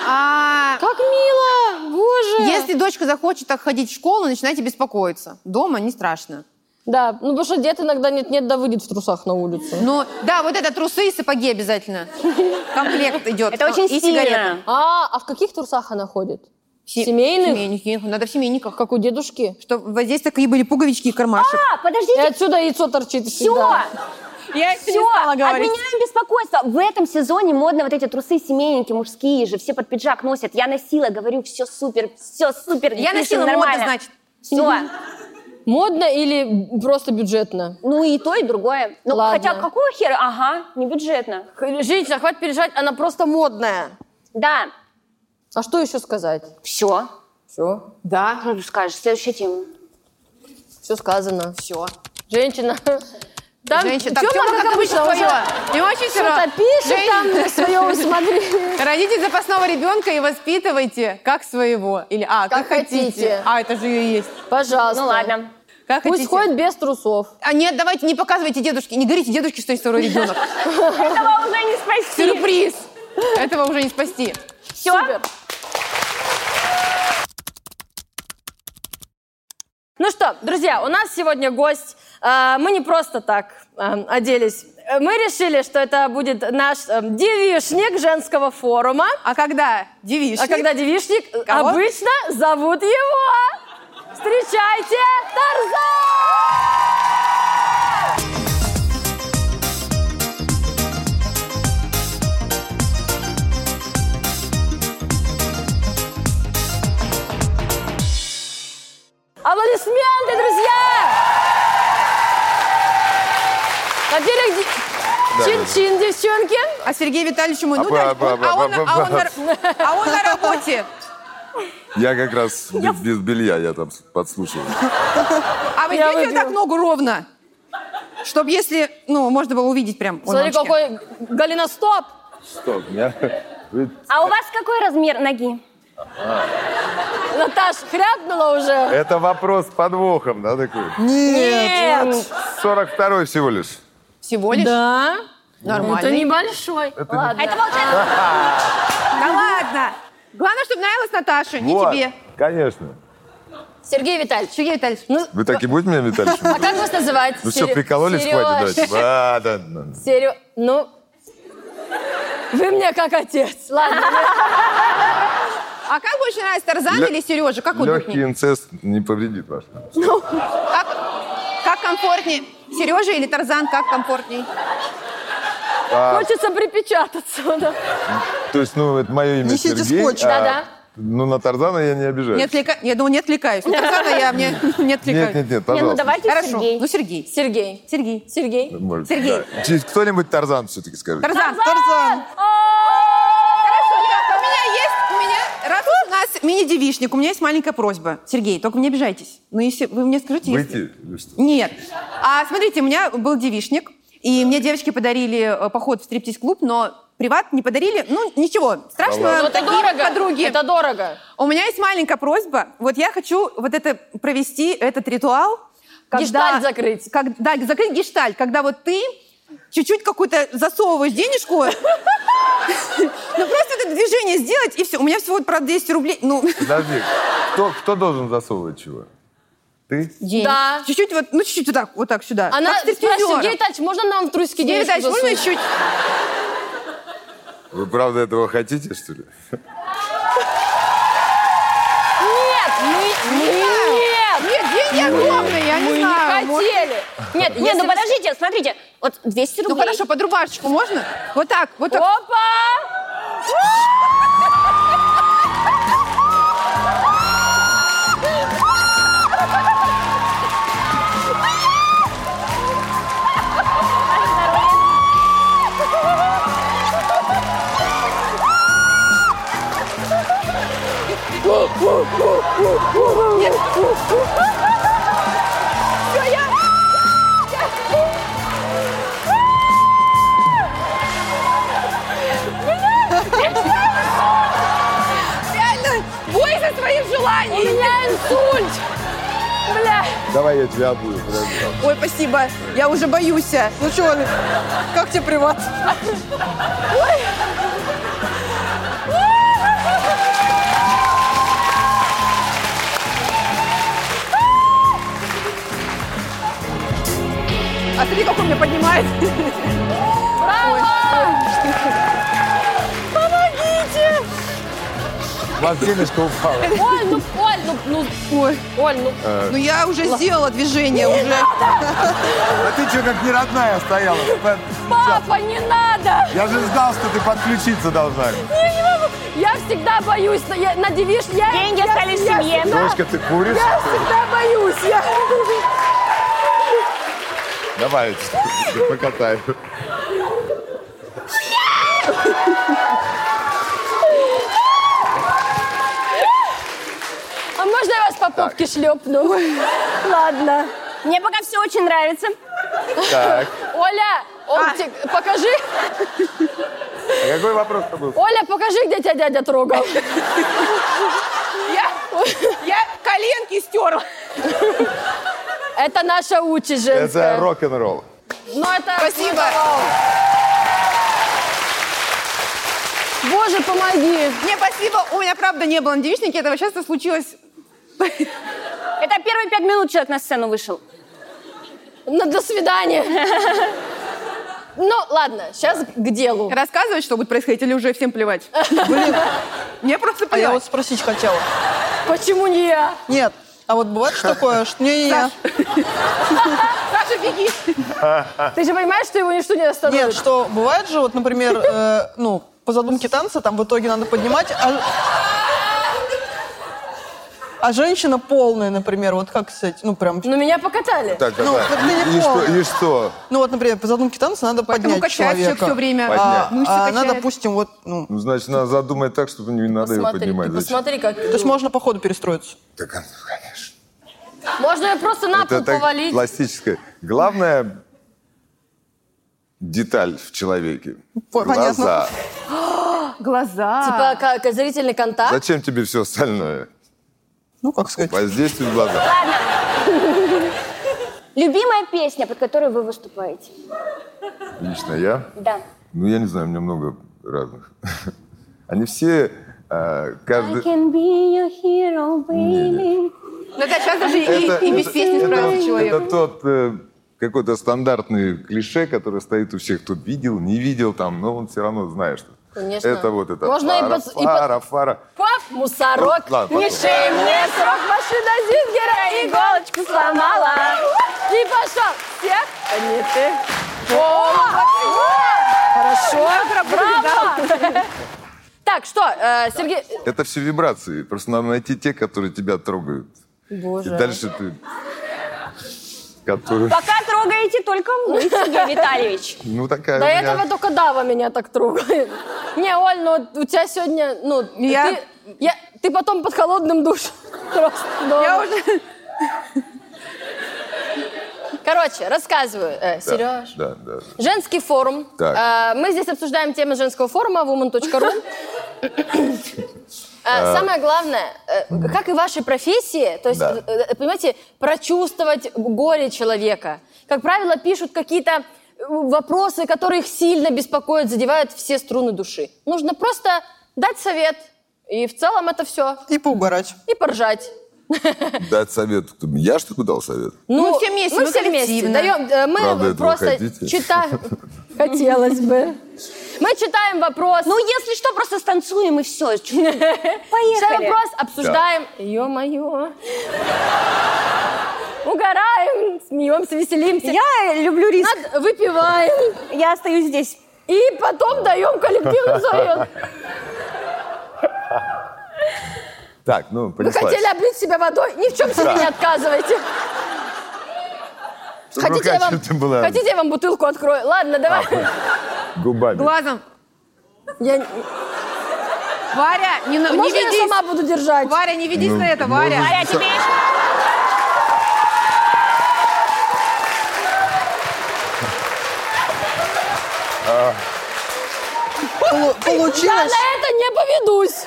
S1: А
S2: Как мило, боже.
S1: если дочка захочет так ходить в школу, начинайте беспокоиться. Дома не страшно.
S2: Да, ну потому что дед иногда нет-нет, да выйдет в трусах на улицу.
S1: Ну, да, вот это трусы и сапоги обязательно. Комплект идет.
S3: Это очень
S1: и сигареты.
S3: сильно.
S2: А, а в каких трусах она ходит? В
S1: Се-
S2: семейных?
S1: семейных, Надо в семейниках.
S2: Как у дедушки?
S1: Что вот здесь такие были пуговички и кармашек.
S3: А,
S2: И
S3: подождите,
S2: отсюда яйцо торчит
S3: все!
S2: всегда. А,
S1: Я
S3: Все, отменяем беспокойство. В этом сезоне модно вот эти трусы семейники, мужские же, все под пиджак носят. Я носила, говорю, все супер, все супер.
S1: Я носила
S3: пишем
S1: модно,
S3: нормально.
S1: значит.
S3: Все.
S2: Модно или просто бюджетно?
S3: Ну и то, и другое. Ну,
S2: Ладно.
S3: хотя какого хера? Ага, не бюджетно.
S2: Женщина, хватит переживать, она просто модная.
S3: Да,
S2: А что еще сказать?
S3: все.
S2: Все,
S1: Да,
S3: Ну, скажешь, следующая тема.
S2: все сказано.
S1: все.
S2: Женщина. Там
S1: Женщина,
S2: Тёма,
S1: так, Тёма, как обычно,
S2: уже
S1: твоё. Мне очень все
S2: Что-то
S1: равно.
S2: пишет там,
S1: Жень,
S2: на свое усмотри.
S1: Родите запасного ребенка и воспитывайте как своего. Или, а, как,
S2: Как хотите.
S1: А, это же и есть.
S2: Пожалуйста.
S3: Ну ладно.
S1: Как
S2: Пусть
S1: хотите.
S2: ходит без трусов.
S1: А нет, давайте не показывайте дедушке, не говорите дедушке, что есть второй ребенок.
S3: Этого уже не спасти.
S1: Сюрприз! Этого уже не спасти.
S3: Все?
S2: Супер. Ну что, друзья, у нас сегодня гость. Э, Мы не просто так э, оделись. Э, Мы решили, что это будет наш э, девичник женского форума.
S1: А когда девичник?
S2: А когда девичник, э,
S1: Кого?
S2: обычно зовут его. Встречайте, Тарзан! Аплодисменты, друзья! Во-первых, де-
S5: Да.
S2: чин-чин, девчонки.
S1: А Сергей Витальевич ему... Ну,
S5: Аба,
S1: да,
S5: аба,
S1: он- а
S5: аба,
S1: он на- а
S5: аба.
S1: он на ра- а он на работе.
S5: Я как раз бе- без белья, я там с- подслушал.
S1: А вы
S2: Я
S1: сделайте вот так
S2: выбила.
S1: ногу ровно. Чтобы если... Ну, можно было увидеть прям. он
S2: Смотри,
S1: вообще.
S2: какой голеностоп.
S5: Что, у меня
S3: А у вас какой размер ноги?
S2: Наташ, хряпнула уже.
S5: Это вопрос с подвохом, да, такой?
S2: Нет.
S5: 42-й всего лишь.
S1: Всего лишь?
S2: Да.
S1: Нормально.
S2: Это небольшой. Ладно.
S3: Это получается...
S1: Да ладно. Главное, чтобы нравилось Наташе, не
S5: Вот,
S1: тебе.
S5: Конечно.
S2: Сергей Витальевич.
S1: Сергей Витальевич,
S2: ну,
S5: Вы так и будете меня метать?
S2: а как вас называть?
S5: Ну все,
S2: Серё-
S5: прикололись,
S2: Серёж.
S5: хватит дальше. А, да, да.
S2: Серё- Ну, вы мне как отец. Ладно.
S1: а как больше нравится, Тарзан
S5: Лё-
S1: или Сережа? Как
S5: Легкий
S1: удобнее?
S5: инцест не повредит вас.
S1: Как, как комфортнее? Сережа или Тарзан, как комфортней?
S5: А.
S2: Хочется припечататься. да.
S5: То есть, ну, это мое имя
S4: Несите
S5: Сергей.
S4: скотч.
S5: а,
S2: Да-да.
S5: Ну, на Тарзана я не
S1: Не
S5: обижаюсь.
S1: отвлека... Я думаю, не отвлекаюсь. На Тарзана я мне не
S5: Нет,
S1: отвлекаюсь.
S5: нет, нет,
S3: Не, ну
S5: пожалуйста.
S3: давайте
S1: Хорошо.
S3: Сергей.
S1: Ну, Сергей.
S2: Сергей.
S1: Сергей.
S2: Сергей.
S5: Может,
S1: Сергей.
S5: да. Через- Кто-нибудь Тарзан все-таки скажет.
S1: Тарзан.
S4: Тарзан!
S1: Хорошо, я- у меня есть, у меня... Раз уж у нас мини-девишник, у меня есть маленькая просьба. Сергей, только не обижайтесь. Ну, если вы мне скажите... если-
S5: Выйти или что?
S1: Нет. А смотрите, у меня был девишник, и мне девочки подарили э, поход в стриптиз-клуб, но приват не подарили. Ну, ничего, страшно,
S2: Ну, это
S1: такие
S2: дорого.
S1: подруги.
S2: Это дорого.
S1: У меня есть маленькая просьба. Вот я хочу вот это провести, этот ритуал. когда-
S2: Гештальт закрыть.
S1: как- да, закрыть гештальт, когда вот ты чуть-чуть какую-то засовываешь денежку, ну просто это движение сделать, и все. У меня всего, правда, 200 рублей. Ну,
S5: Подожди, кто, кто должен засовывать чего? Ты?
S2: Да.
S1: чуть-чуть вот, ну чуть-чуть вот так, вот так сюда.
S2: Она
S1: Как
S2: спрашивает,
S1: стриптизёра.
S2: Сергей Витальевич, можно нам в трусики
S1: Сергей
S2: денежку
S1: Витальевич, можно
S2: засунуть?»
S1: чуть
S5: Вы правда этого хотите, что ли?
S2: Нет, мы, мы- нет,
S1: Нет, деньги огромные, я не
S2: мы
S1: знаю.
S2: не
S1: а, может-
S2: хотели. Нет,
S3: Не,
S2: если
S3: ну
S2: бы-
S3: подождите, смотрите, вот 200 рублей.
S1: Ну хорошо, под рубашечку можно? Вот так, вот так.
S2: Опа!
S1: Реально, бой за свои желания.
S2: У меня инсульт! Бля!
S5: Давай я тебя обую, подожди.
S1: Ой, спасибо, я уже боюсь.
S4: Ну что, как тебе приват?
S1: А смотри, как он меня поднимает.
S5: У вас денежка упала.
S2: Оль, ну, Оль, ну, ну,
S1: Ой,
S2: Оль, ну,
S5: Э,
S1: ну я уже сделала движение, уже.
S5: А ты что, как не родная стояла?
S2: папа, не надо!
S5: Я же ждал, что ты подключиться должна.
S2: Я не могу. Я всегда боюсь, но я, на девиш, я...
S3: Деньги
S2: я-
S3: остались в
S2: я
S3: семье.
S2: всегда-
S5: Дочка, ты куришь?
S2: Я всегда боюсь, я...
S5: Давай, я тебя покатаю.
S2: А можно я вас по попке шлепну? Ладно.
S3: Мне пока все очень нравится.
S5: Так,
S2: Оля, Оптик, покажи,
S5: а какой вопрос-то был?
S2: Оля, покажи, где тебя дядя трогал.
S1: Я, я коленки стерла.
S2: Это наша участь женская.
S5: Это рок-н-ролл.
S2: Но это...
S1: Спасибо.
S2: Боже, помоги.
S1: Не, спасибо, у меня правда не было на девичнике, этого часто случилось.
S3: Это первые пять минут человек на сцену вышел.
S2: Ну, до свидания. Ну, ладно, сейчас к делу.
S1: Рассказывать, что будет происходить, или уже всем плевать?
S4: Блин,
S1: Мне просто
S4: а я вот
S1: плевать.
S4: спросить хотела.
S2: Почему не я?
S4: Нет, а вот бывает же такое, что... Не-не-не.
S1: Саша, беги.
S2: Ты же понимаешь, что его ничто не остановит?
S4: Нет, что бывает же, вот, например, э, ну, по задумке танца, там в итоге надо поднимать, а... а женщина полная, например, вот как, кстати, ну, прям...
S2: Но меня покатали.
S5: Так,
S4: Ну,
S5: давай.
S4: как ты не
S5: И что?
S4: полная.
S5: И что?
S4: Ну, вот, например, по задумке танца надо
S1: Поэтому
S4: поднять
S1: качает человек
S4: человека.
S1: все время.
S5: Поднять.
S4: А,
S1: Мышцы
S4: а она,
S1: качает.
S4: допустим, вот, ну...
S5: Ну, значит, надо задумать так, чтобы не надо ее
S2: Посмотри,
S5: поднимать.
S2: ты
S5: Зачем?
S2: посмотри, как...
S4: То есть можно по ходу перестроиться.
S5: Так, ну, конечно.
S2: Можно ее просто на пол
S5: Это так
S2: повалить.
S5: пластическое. Главная деталь в человеке.
S4: Понятно.
S5: Глаза.
S1: Глаза.
S2: Типа как зрительный контакт.
S5: Зачем тебе все остальное?
S4: Ну, как сказать,
S5: Воздействие в глаза.
S3: Ладно. Любимая песня, под которую вы выступаете?
S5: Лично я.
S3: Да.
S5: Ну, я не знаю, у меня много разных. Они все, а,
S3: I
S5: каждый...
S3: can be your hero, baby.
S1: Наташа, сейчас ну даже и, и без песни
S5: это-
S1: справился человек.
S5: это тот э, какой-то стандартный клише, который стоит у всех. Тут видел, не видел там, но он все равно знает, что...
S2: Конечно.
S5: Это вот это.
S2: Можно и
S5: фара,
S2: под- и под-
S5: фара, фара.
S2: Пап, мусорок,
S5: Ну, ладно,
S2: не
S5: потом.
S2: шей мне срок, машина Зингера иголочку сломала. И пошел всех, а не ты. О, Хорошо, браво. Так, что, э, Сергей...
S5: Это все вибрации. Просто надо найти те, которые тебя трогают. И дальше ты... Которые...
S3: Пока трогаете только вы, Сергей Витальевич.
S5: Ну, такая
S2: До
S5: у меня.
S2: этого только Дава меня так трогает. Не, Оль, ну у тебя сегодня, ну,
S1: Я-
S2: ты, я- ты потом под холодным душем. Просто дома.
S1: Я уже...
S2: Короче, рассказываю, э,
S5: Да,
S2: Сереж.
S5: Да, да.
S2: Женский форум.
S5: Так.
S2: Э, Мы здесь обсуждаем темы женского форума woman.ru. Э, Самое главное, э, как и в вашей профессии, то есть,
S5: Да.
S2: э, э, понимаете, прочувствовать горе человека. Как правило, пишут какие-то э, вопросы, которые их сильно беспокоят, задевают все струны души. Нужно просто дать совет, и в целом это все,
S4: и поугарать.
S2: и поржать.
S5: Дать совет. Я что дал совет?
S1: Мы все вместе, мы
S2: все Ну, вместе.
S1: коллективно.
S2: Даем, э, мы
S5: Правда, этого
S2: просто
S5: хотите?
S2: читаем. Хотелось бы. Мы читаем вопрос.
S3: Ну, если что, просто станцуем и все.
S2: читаем
S3: Поехали.
S2: вопрос, обсуждаем. Ё-моё. Угораем, смеемся, веселимся.
S3: Я люблю риск.
S2: Над- Выпиваем.
S3: А- Я остаюсь здесь.
S2: И потом даем коллективный совет.
S5: Так, ну,
S2: Вы
S5: понеслась.
S2: хотели облить себя водой? Ни в чем себе не отказывайте.
S5: Чтобы
S2: Хотите, я
S5: рука
S2: вам,
S5: чистой Ну, была. А,
S2: хотите, я вам бутылку открою? Ладно, давай.
S5: Губами.
S1: Глазом.
S2: Я-
S1: Варя, не, на- не
S2: Можно я
S1: ведись.
S2: сама буду держать?
S1: Варя, не ведись
S5: Ну,
S1: на это, Варя.
S5: можно.
S3: Варя, тебе еще...
S4: Полу-
S2: Я на
S4: получилось.
S2: это не поведусь.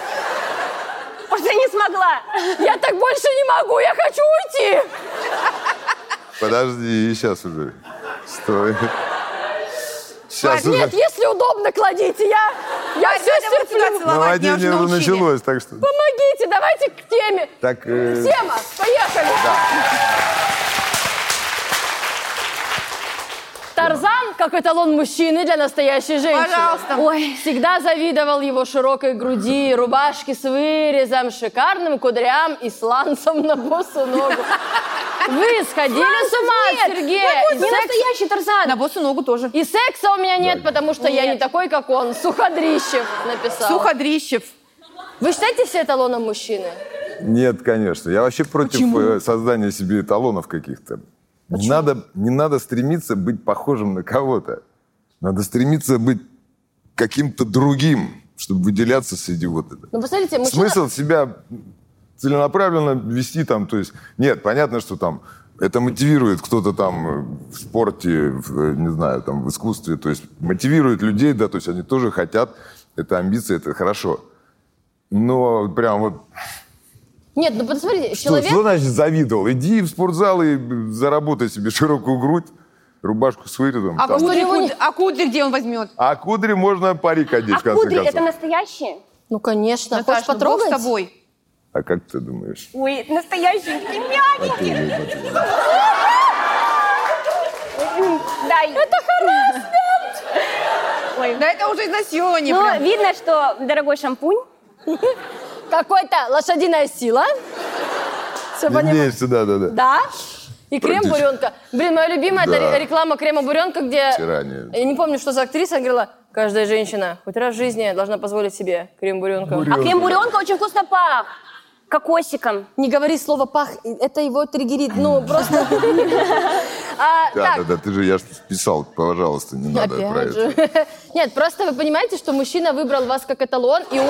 S3: Просто не смогла.
S2: Я так больше не могу, я хочу уйти.
S5: Подожди, сейчас уже. Стой. Сейчас уже.
S2: Нет, если удобно, кладите. Я, я все
S1: Надо вот сюда
S2: стерплю.
S5: Ну,
S1: целовать, меня уже
S5: один уже
S1: научили.
S5: началось, так что...
S2: Помогите, давайте к теме.
S5: Так, э,
S2: Тема, поехали. Тарзан, как эталон мужчины для настоящей женщины.
S1: Пожалуйста.
S2: Ой, всегда завидовал его широкой груди, рубашке с вырезом, шикарным кудрям и сланцем на босу ногу. Вы сходили с ума, Сергей? И
S3: Не
S2: секс-
S3: настоящий Тарзан.
S1: На боссу ногу тоже.
S2: И секса у меня нет, потому что я не такой, как он. Суходрищев написал.
S1: Суходрищев.
S2: Вы считаете себя эталоном мужчины?
S5: Нет, конечно. Я вообще против э, создания себе эталонов каких-то. Не надо, не надо стремиться быть похожим на кого-то. Надо стремиться быть каким-то другим, чтобы выделяться среди вот этого.
S2: Ну, посмотрите, мужчина...
S5: Смысл себя целенаправленно вести там, то есть, нет, понятно, что там это мотивирует кто-то там э, в спорте, в, э, не знаю, там в искусстве, то есть мотивирует людей, да, то есть они тоже хотят, это амбиции, это хорошо. Но прям вот
S2: Нет, ну, посмотрите,
S5: что,
S2: человек...
S5: что значит завидовал? Иди в спортзал и э, заработай себе широкую грудь, рубашку с вырезом.
S1: А
S5: там.
S1: кудри,
S2: него не-
S1: куд- а кудри где он возьмет?
S5: А кудри можно парик одеть,
S3: А
S5: в конце
S3: кудри
S5: концов.
S3: это настоящие?
S2: Ну, конечно.
S1: Наташ,
S2: Хочешь
S1: ну, бог
S2: потрогать?
S1: с тобой.
S5: А как ты думаешь?
S3: Ой, настоящие. Такие мягенькие. Да, Ну, это
S1: Да это уже изнасилование
S3: Ну,
S1: прям.
S3: видно, что дорогой шампунь. А
S2: Какой-то лошадиная сила. Все понимаю.
S5: Имеешь, да, да, да.
S2: Да. И
S5: Практически.
S2: крем-буренка. Блин, моя любимая это
S5: Да.
S2: ре- реклама крема-буренка, где...
S5: Тирания.
S2: Я не помню, что за актриса она говорила, каждая женщина хоть раз в жизни должна позволить себе крем-буренку.
S3: А крем-буренка очень вкусно пах. Кокосиком.
S2: Не говори слово пах, это его триггерит. Ну, просто... А,
S5: Да,
S2: так,
S5: да, да, ты же, я же писал, пожалуйста, не надо про
S2: Опять
S5: это.
S2: же. Нет, просто вы понимаете, что мужчина выбрал вас как эталон, и он...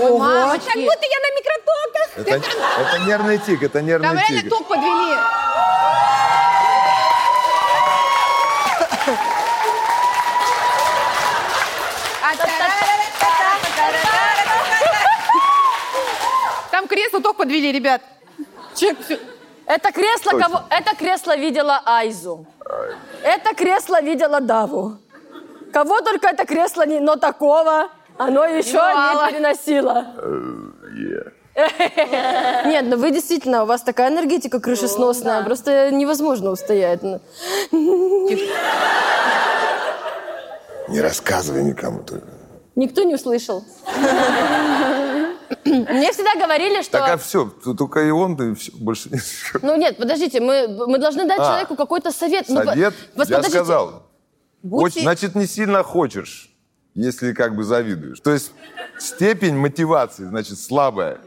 S1: Ой,
S3: Как
S1: мамочки.
S3: будто я на микротоках.
S5: Это, это нервный тик, это нервный
S1: Там реально
S5: тик.
S1: ток подвели. подвели, ребят. Человек всё-
S2: Это кресло,
S5: Точно.
S2: кого... это кресло видела Айзу. Это кресло видела Даву. Кого только это кресло не... Но такого оно еще
S1: Мало.
S2: не переносило.
S5: Э,
S2: Нет, ну вы действительно, у вас такая энергетика крышесносная, просто невозможно устоять. Ну,
S5: Не рассказывай никому только.
S2: Никто не услышал. Мне всегда говорили, что...
S5: Так, а все, только и он, и все, больше не
S2: Ну нет, подождите, мы, мы должны дать
S5: А.
S2: человеку какой-то совет. Ну, по-
S5: Совет,
S2: вот
S5: я
S2: подождите.
S5: сказал.
S2: Будьте-
S5: Хоч- значит, не сильно хочешь, если как бы завидуешь. То есть степень мотивации, значит, слабая.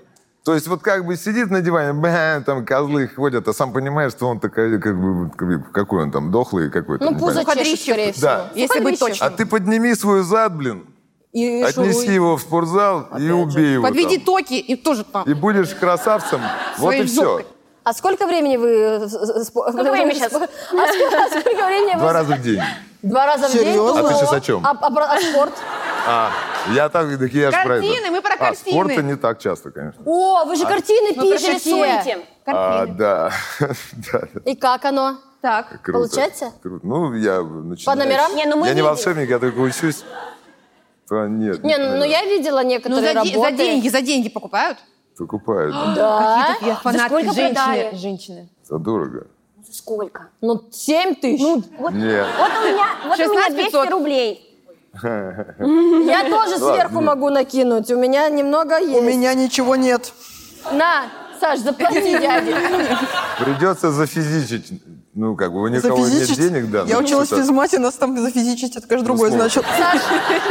S5: То есть вот как бы сидит на диване, «Бэ, там козлы ходят, а сам понимаешь, что он такой, как бы, вот, как бы, какой он там, дохлый какой-то.
S2: Ну,
S5: не
S2: пузо
S5: понятно.
S2: чешет, скорее всего.
S5: Да.
S1: Если быть
S2: Суходрищев.
S1: точным.
S5: А ты подними свой зад, блин,
S2: И
S5: отнеси
S2: шуруй.
S5: его в спортзал и убей его
S1: Подведи
S5: там.
S1: токи и тоже там.
S5: И будешь красавцем, вот
S1: Своей
S5: и все.
S1: жопкой.
S2: А сколько времени вы... э, Сколько
S3: времени сейчас?
S2: А сколько, а сколько времени
S5: Два
S2: вы...
S5: раза в день.
S2: Два раза в день?
S4: Серьезно?
S5: А ты
S2: Ого.
S5: сейчас о чем?
S2: А, а про- а спорт?
S5: А, я так, так я ж про это.
S1: Картины, мы про
S5: А,
S1: картины.
S5: спорта не так часто, конечно.
S2: О, вы же картины
S3: Вы
S2: пишете.
S3: рисуете.
S5: А, да. да.
S2: И как оно?
S1: Так.
S5: Круто.
S2: Получается?
S5: Круто. Ну, я начинаю.
S2: По номерам?
S3: Не, ну мы
S5: я не
S3: видели.
S5: волшебник, я только учусь. То нет.
S2: Не, ну, ну я видела
S1: Ну,
S2: некоторые
S1: за, де- за
S2: работы.
S1: деньги, за деньги покупают?
S5: Покупаю. да.
S2: Да?
S1: Какие-то я фанатки
S3: сколько
S1: женщины.
S3: продали?
S1: женщины.
S5: Это дорого.
S3: Сколько?
S2: Ну, семь тысяч.
S3: Вот,
S5: Нет.
S3: вот у меня, вот у меня
S1: 16 500.
S3: 200 рублей.
S1: Ну,
S2: я тоже сверху могу накинуть. У меня немного есть.
S4: У меня ничего нет.
S2: На, Саш, заплати дяде.
S5: Придется зафизичить. Ну, как бы у никого
S4: Зафизичить?
S5: нет денег, да.
S4: Я
S5: ну,
S4: училась в
S5: что-то- Ну,
S4: физмате, нас там зафизичить, это, конечно, другое
S5: Условно.
S4: значило.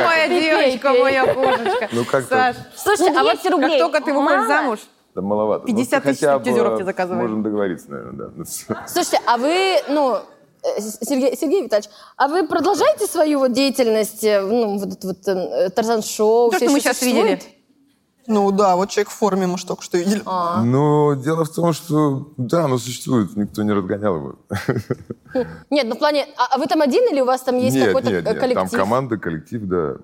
S1: Моя
S2: Пей,
S1: девочка,
S2: пей.
S1: моя кошечка.
S5: Ну, как-то-
S1: Саш,
S3: Слушайте, а вот
S1: как
S3: рублей.
S1: только ты выходишь
S3: мало?
S1: замуж,
S5: Да маловато.
S1: 50
S5: Ну,
S1: тысяч
S5: хотя бы,
S1: стриптизеров тебе заказывали.
S5: Можем договориться, наверное, да. Ну,
S2: Слушайте, а вы, ну, э, С- Сергей, Сергей Витальевич, а вы продолжаете свою вот деятельность, э, ну, вот это вот э, Тарзан-шоу?
S1: то,
S2: всё
S1: что мы
S2: ещё
S1: сейчас видели.
S2: существует?
S4: Ну да, вот человек в форме, мы же только что видели.
S1: А.
S2: А.
S5: Но Ну, дело в том, что да, оно существует, никто не разгонял его.
S2: Нет, ну, в плане, а а вы там один или у вас там есть
S5: Нет,
S2: какой-то
S5: нет,
S2: э,
S5: нет. Там
S2: коллектив?
S5: команда, коллектив, да.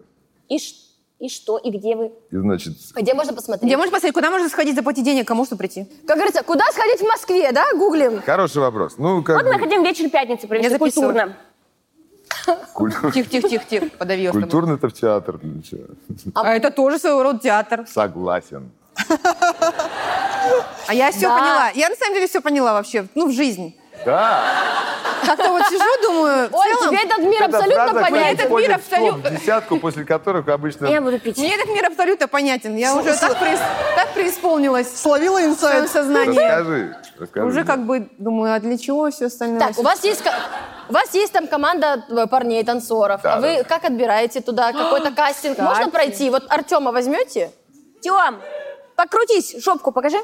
S3: И, ш- и что, и где вы?
S5: И значит,
S2: Где можно посмотреть?
S1: где можно посмотреть, куда можно сходить, заплатить денег, кому что прийти?
S2: Как говорится, куда сходить в Москве, да, гуглим?
S5: хороший вопрос. Ну, как
S3: Вот мы
S5: бы
S3: хотим вечер пятницы провести
S1: Я записываю.
S3: культурно.
S5: куль-
S1: Тихо, тихо, тихо, тихо, подавил.
S5: Культурный это в театр. ну, чё.
S1: А это тоже своего рода театр.
S5: Согласен.
S1: А я все
S2: Да.
S1: поняла. Я на самом деле все поняла вообще. Ну, в жизни.
S5: Да.
S1: Как-то вот сижу, думаю, в
S2: Ой,
S1: целом,
S2: тебе этот мир
S5: Эта
S2: абсолютно
S5: фраза
S2: понятен.
S1: этот мир
S5: входит в топ
S1: абсолютно-
S5: десятку, после которых обычно...
S3: Я буду пить.
S1: мне этот мир абсолютно понятен. Я уже так, преис- так преисполнилась
S4: Словила
S1: в своем
S4: инсайт.
S1: сознании.
S5: Расскажи. расскажи.
S1: Уже как бы думаю, а для чего все остальное?
S2: Так, у вас есть... ко- У вас есть там команда э, парней-танцоров,
S5: Да,
S2: а вы
S5: да.
S2: как отбираете
S3: А,
S2: туда какой-то кастинг? Можно
S1: Кстати.
S2: пройти? Вот Артема возьмете?
S3: Тём, покрутись, шопку покажи.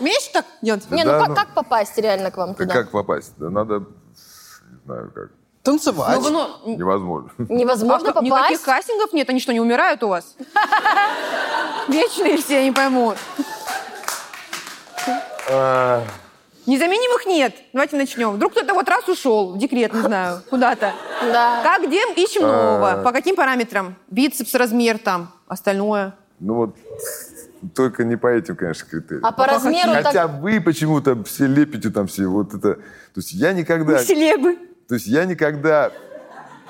S1: Умеешь так делать?
S2: Не, ну
S5: Да,
S2: как,
S5: ну-
S2: как попасть реально к вам
S5: Да
S2: туда?
S5: Как попасть? Да надо... Не знаю как.
S4: Танцевать.
S1: Ну,
S5: Невозможно.
S2: Невозможно
S1: а что, никаких
S2: попасть.
S1: кастингов нет? Они что, не умирают у вас? Вечные все, я не пойму.
S5: А,
S1: Незаменимых нет. Давайте начнем. Вдруг кто-то вот раз ушел в декрет, не знаю, куда-то.
S2: Да.
S1: Как, где
S5: Э.
S1: ищем нового? По каким параметрам? Бицепс, размер там, остальное.
S5: Ну вот только не по этим, конечно, критериям.
S2: А по размеру
S5: Хотя
S2: так...
S5: вы почему-то все лепите там все вот это. То есть я никогда...
S1: Селебы.
S5: То есть я никогда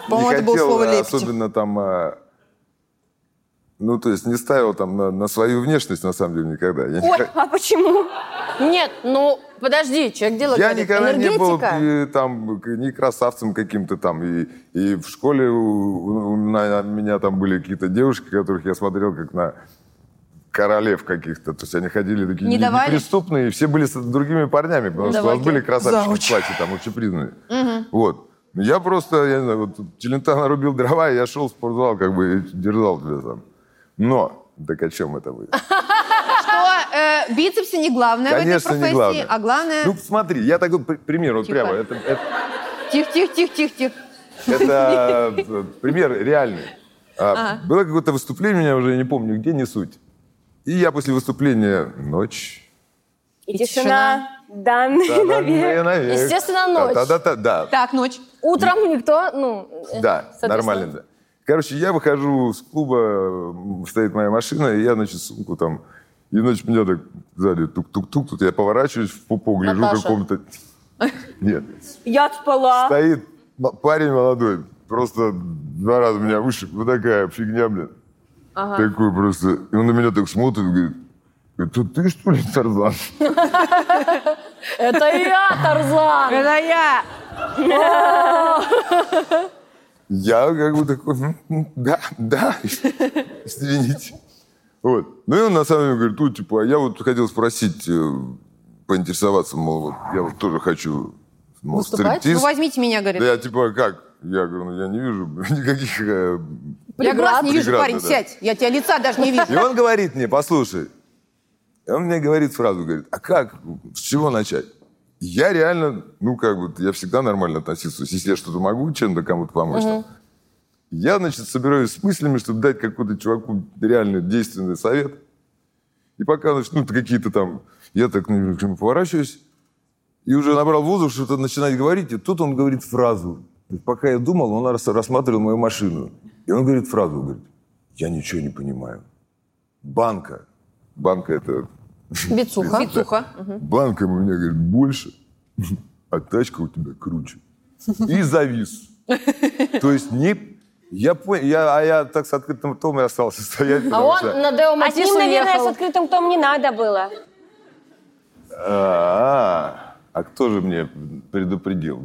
S4: По-моему,
S5: не
S4: это было
S5: хотел,
S4: слово
S5: а,
S4: «лепти».
S5: особенно там, а, ну, то есть не ставил там на, на свою внешность, на самом деле, никогда. Я, не
S3: Ой,
S5: хо-
S3: а почему?
S2: Нет, ну, подожди, человек дело
S5: я
S2: говорит.
S5: никогда не был
S2: Энергетика.
S5: э, там к- не красавцем каким-то там. И, и в школе у, у на- на меня там были какие-то девушки, которых я смотрел как на королев каких-то. То есть они ходили такие
S1: Не
S5: не-
S1: давали? Ну,
S5: неприступные, и все были с другими парнями, потому что у вас
S1: Давайте.
S5: были красавчики
S4: Зауч.
S5: в платье там общепризнанные. Вот. Ну, Я просто, я не знаю, вот тут Челентано рубил дрова, и я шел в спортзал, как бы и дерзал тебя там. Но, так о чем это
S1: А
S5: вы?
S1: Что э, бицепсы не главное
S5: Конечно,
S1: в этой
S5: не
S1: профессии,
S5: главное.
S1: а главное...
S5: Ну, смотри, я такой пр- пример, вот
S1: Типа.
S5: прямо, это- это,
S1: Тихо, тихо, тихо, тихо, тихо.
S5: Это э, пример реальный. А, Было какое-то выступление, меня уже не помню, где не суть. И я после выступления ночь.
S3: И
S2: тишина.
S3: тишина. Данный навек.
S5: Та-да-на-навек.
S2: Естественно, ночь.
S5: Та-та-та-та, Да,
S1: Так, ночь.
S2: Утром никто, ну... э,
S5: да,
S2: соответственно.
S5: нормально, да. Короче, я выхожу с клуба, м, стоит моя машина, и я, значит, сумку там И, значит, меня так сзади тук-тук-тук, тут я поворачиваюсь в пупу, гляжу
S2: Наташа.
S5: какому-то... Нет,
S3: Я спала.
S5: стоит м- парень молодой, просто два раза меня выше, вот такая фигня, блин. Такой просто. И он на меня так смотрит, говорит, это ты, что ли, Тарзан?
S2: Это я, Тарзан! А
S1: Это я.
S5: Я как бы такой, «М, м, да, да, извините. Вот. Ну и он на самом деле говорит, ну, типа, а я вот хотел спросить, э, поинтересоваться, мол, вот я вот тоже хочу, мол,
S2: Выступать?
S1: Ну
S5: стриптиз.
S1: возьмите меня, говорит.
S5: Да я типа, как? Я говорю, ну я не вижу никаких... э,
S1: Я глаз не вижу,
S5: Преград,
S1: парень,
S5: да.
S1: сядь. Я тебя лица даже не
S5: И
S1: вижу.
S5: он говорит мне, послушай. И он мне говорит сразу, говорит, а как, с чего начать? И Я реально, ну как бы, я всегда нормально относился. То есть, Если я что-то могу чем-то кому-то помочь, там, я, значит, собираюсь с мыслями, чтобы дать какому-то чуваку реальный действенный совет. И пока начнут какие-то там... Я так ну, к нему поворачиваюсь, и уже набрал воздух, что-то начинать говорить, и тут он говорит фразу. То есть Пока я думал, он рас- рассматривал мою машину. И он говорит фразу, говорит, я ничего не понимаю. Банка. Банка это...
S2: Бицуха.
S1: Лицуха.
S5: Банка мне, говорит, больше, а тачка у тебя круче. И завис. То есть не... Я понял, я, а я так с открытым ртом и остался стоять.
S2: А
S5: потому
S2: он
S5: что-
S2: на Део
S3: А с
S2: Матис
S3: ним, наверное, с
S2: уехал.
S3: открытым том не надо было.
S5: А, а кто же мне предупредил?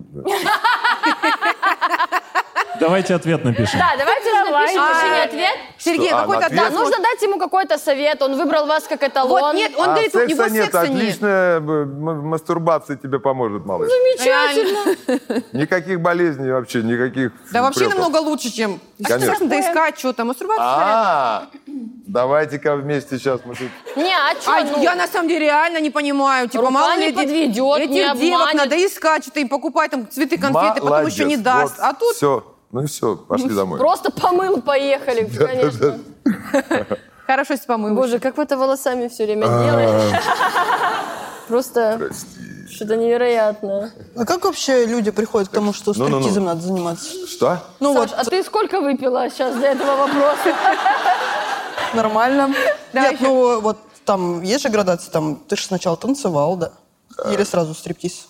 S6: Давайте ответ напишем.
S2: Да, давайте же напишем
S3: а,
S2: в
S1: Давай.
S2: машине ответ.
S1: Сергей,
S5: Что, а,
S1: какой-то
S5: на
S1: ответ?
S2: Да,
S5: Ответ
S2: нужно дать ему какой-то совет. Он выбрал вас как эталон.
S1: Вот нет, он
S5: А
S1: говорит, у
S5: секса
S1: него
S5: нет,
S1: секса нет.
S5: отличная э, м- мастурбация тебе поможет, малыш.
S1: Реально.
S5: Никаких болезней вообще, никаких.
S1: Да вообще
S5: упреков.
S1: намного лучше, чем... А что
S5: Конечно.
S1: там доискать, что там? Мастурбация? заряд.
S5: А, давайте-ка вместе сейчас мы тут.
S2: Не, а что?
S1: А я на самом деле реально не понимаю. Типа,
S2: Рука
S1: мало ли
S2: не
S1: эти-
S2: подведет, не
S1: этих девок
S2: обманет.
S1: надо искать, что-то им покупать, там цветы, конфеты, потом еще не даст. А тут
S5: Все, ну и все, пошли домой.
S2: Просто помыл, поехали, конечно.
S1: хорошо, если помыл.
S2: Боже, как вы это волосами все время делаете? Просто что-то невероятное.
S4: А как вообще люди приходят к тому, что
S5: Ну-ну-ну.
S4: стриптизом надо заниматься?
S5: Что?
S4: Ну
S2: Саш,
S4: вот,
S2: а ты сколько выпила сейчас для этого вопроса?
S4: нормально.
S1: Давай
S4: Нет,
S1: еще.
S4: ну вот там есть же градация, там ты же сначала танцевал, да? Или сразу стриптиз?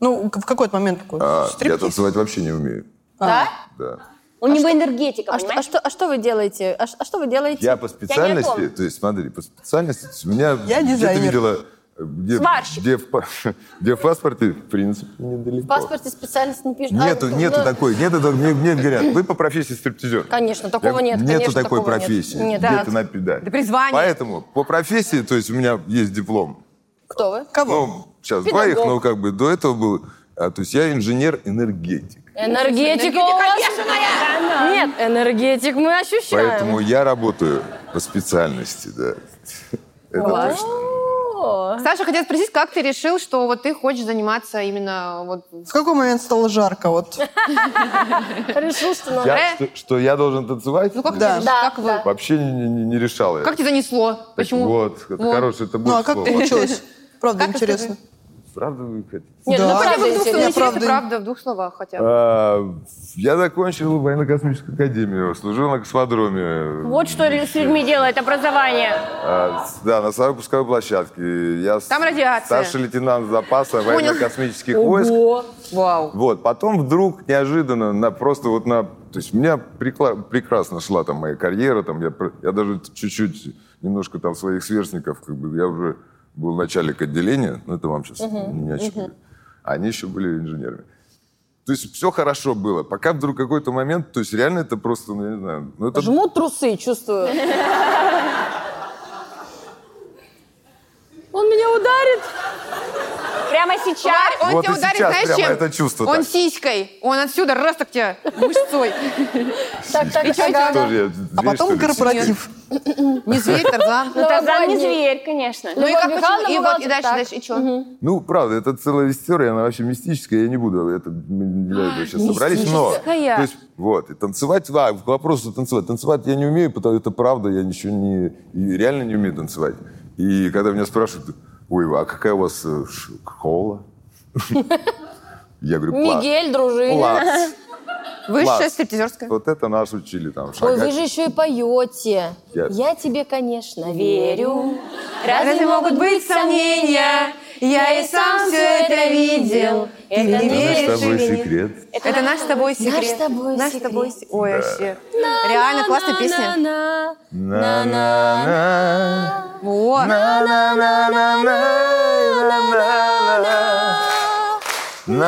S4: Ну, к- в какой-то момент такой
S5: А, я
S4: стриптиз.
S5: танцевать вообще не умею.
S2: Да?
S5: Да.
S3: У него энергетика,
S2: А что, а
S3: понимаешь?
S2: что, а что вы делаете? А, ш- а что вы делаете?
S5: Я по
S3: Я не
S5: специальности,
S3: о
S5: то есть, смотри, по специальности, то есть у меня
S4: Я
S5: где-то
S4: дизайнер.
S5: видела, э, где,
S3: Сварщик.
S5: где, в, па- где в паспорте, в принципе, недалеко.
S2: В паспорте специальность не пишут.
S5: Нету,
S2: А,
S5: нету
S2: ну,
S5: такой, нету, так- мне, мне говорят, вы по профессии стриптизер.
S2: Конечно, такого
S5: Я говорю,
S2: нет,
S5: Нету
S2: конечно,
S5: такой
S2: такого нет.
S5: профессии.
S2: Нет,
S5: где
S2: да.
S5: ты напи- да.
S1: Да призвание.
S5: Поэтому по профессии, то есть у меня есть диплом.
S2: Кто вы?
S5: Ну, сейчас двоих, но как бы до этого был. а, то есть я инженер-энергетик.
S2: Энергетика у вас? Нет, энергетик мы ощущаем.
S5: Поэтому я работаю по специальности, да. Это точно.
S1: Саша хотел спросить, как ты решил, что вот ты хочешь заниматься именно вот...
S4: В какой момент стало жарко? Вот
S2: Решил, что надо.
S5: Я- что, что я должен танцевать?
S1: Ну как
S4: Да.
S1: ты
S2: Да,
S1: как, вы-
S2: да.
S5: Вообще не, не- не решал я.
S1: как тебя занесло?
S5: Так
S1: Почему?
S5: Вот, это
S1: Вот.
S5: хорошее, это будет
S4: Ну а как
S5: слово.
S4: получилось? Правда
S1: Как это
S4: интересно.
S5: Правда вы хотите?
S2: Нет, ну
S4: Да.
S1: Хотя бы
S2: правда интересно.
S1: в двух словах, интересно,
S4: Я
S1: правда.
S4: правда-
S1: в двух словах хотя бы.
S5: А, Я закончил военно-космическую академию, служил на космодроме.
S3: ну Вот что с людьми делает образование.
S5: А, с- Да, на своей пусковой площадке. Я с-
S1: Там радиация.
S5: Старший лейтенант запаса военно-космических А, войск.
S1: Вау.
S5: Вот, потом вдруг неожиданно, на, просто вот на... То есть у меня прекла- прекрасно шла там моя карьера, там я, пр- я даже чуть-чуть, немножко там своих сверстников, как бы я уже был начальник отделения, ну это вам сейчас не о чем говорю. А Они еще были инженерами. То есть все хорошо было, пока вдруг какой-то момент, то есть реально это просто, ну я не знаю, ну это
S2: Жмут трусы, чувствую. Он меня ударит.
S3: Прямо сейчас.
S1: Он
S5: Вот
S1: тебя
S5: и
S1: ударит,
S5: сейчас
S1: знаешь,
S5: прямо
S1: чем?
S5: это чувство
S1: Он
S5: так.
S1: сиськой. Он отсюда раз так тебя мышцой.
S2: Так, так, ага.
S5: тоже я
S4: А
S5: зверь, что
S4: потом
S5: ли?
S4: корпоратив.
S1: Не зверь, Тарзан.
S3: Ну, Тазан не
S2: Новогодний.
S3: зверь, конечно.
S1: Ну и как
S2: Любовь
S1: почему? И
S2: Михайловна
S1: вот, и дальше,
S2: так.
S1: дальше, и что?
S5: Ну, правда, это целая история, она вообще мистическая, я не буду, это мы не для этого сейчас собрались, но...
S3: мистическая.
S5: То есть, вот, и танцевать, да, к вопросу танцевать. Танцевать я не умею, потому это правда, я ничего не... и реально не умею танцевать. И когда меня спрашивают, ой, а какая у вас э, ш- школа? Я говорю, «Пла-
S2: Мигель, дружине.
S5: плац.
S1: Высшая
S5: Класс.
S1: стриптизерская.
S5: Вот это нас учили там
S2: Ой, вы
S5: шагать.
S2: же еще и поете.
S5: Я-
S2: Я тебе, конечно, верю.
S3: Верю. Разве могут быть сомнения? Я и сам все это видел. Это
S1: не
S3: не
S1: веришь веришь
S5: Это наш с тобой
S1: или нет?
S5: секрет.
S1: Это, наш с тобой секрет.
S2: с тобой
S1: Наш с
S2: секрет.
S1: тобой се- Ой, вообще. Реально классная песня.
S2: На-на-на.
S5: На-на-на.
S1: Во.
S5: На-на-на-на-на-на-на-на-на.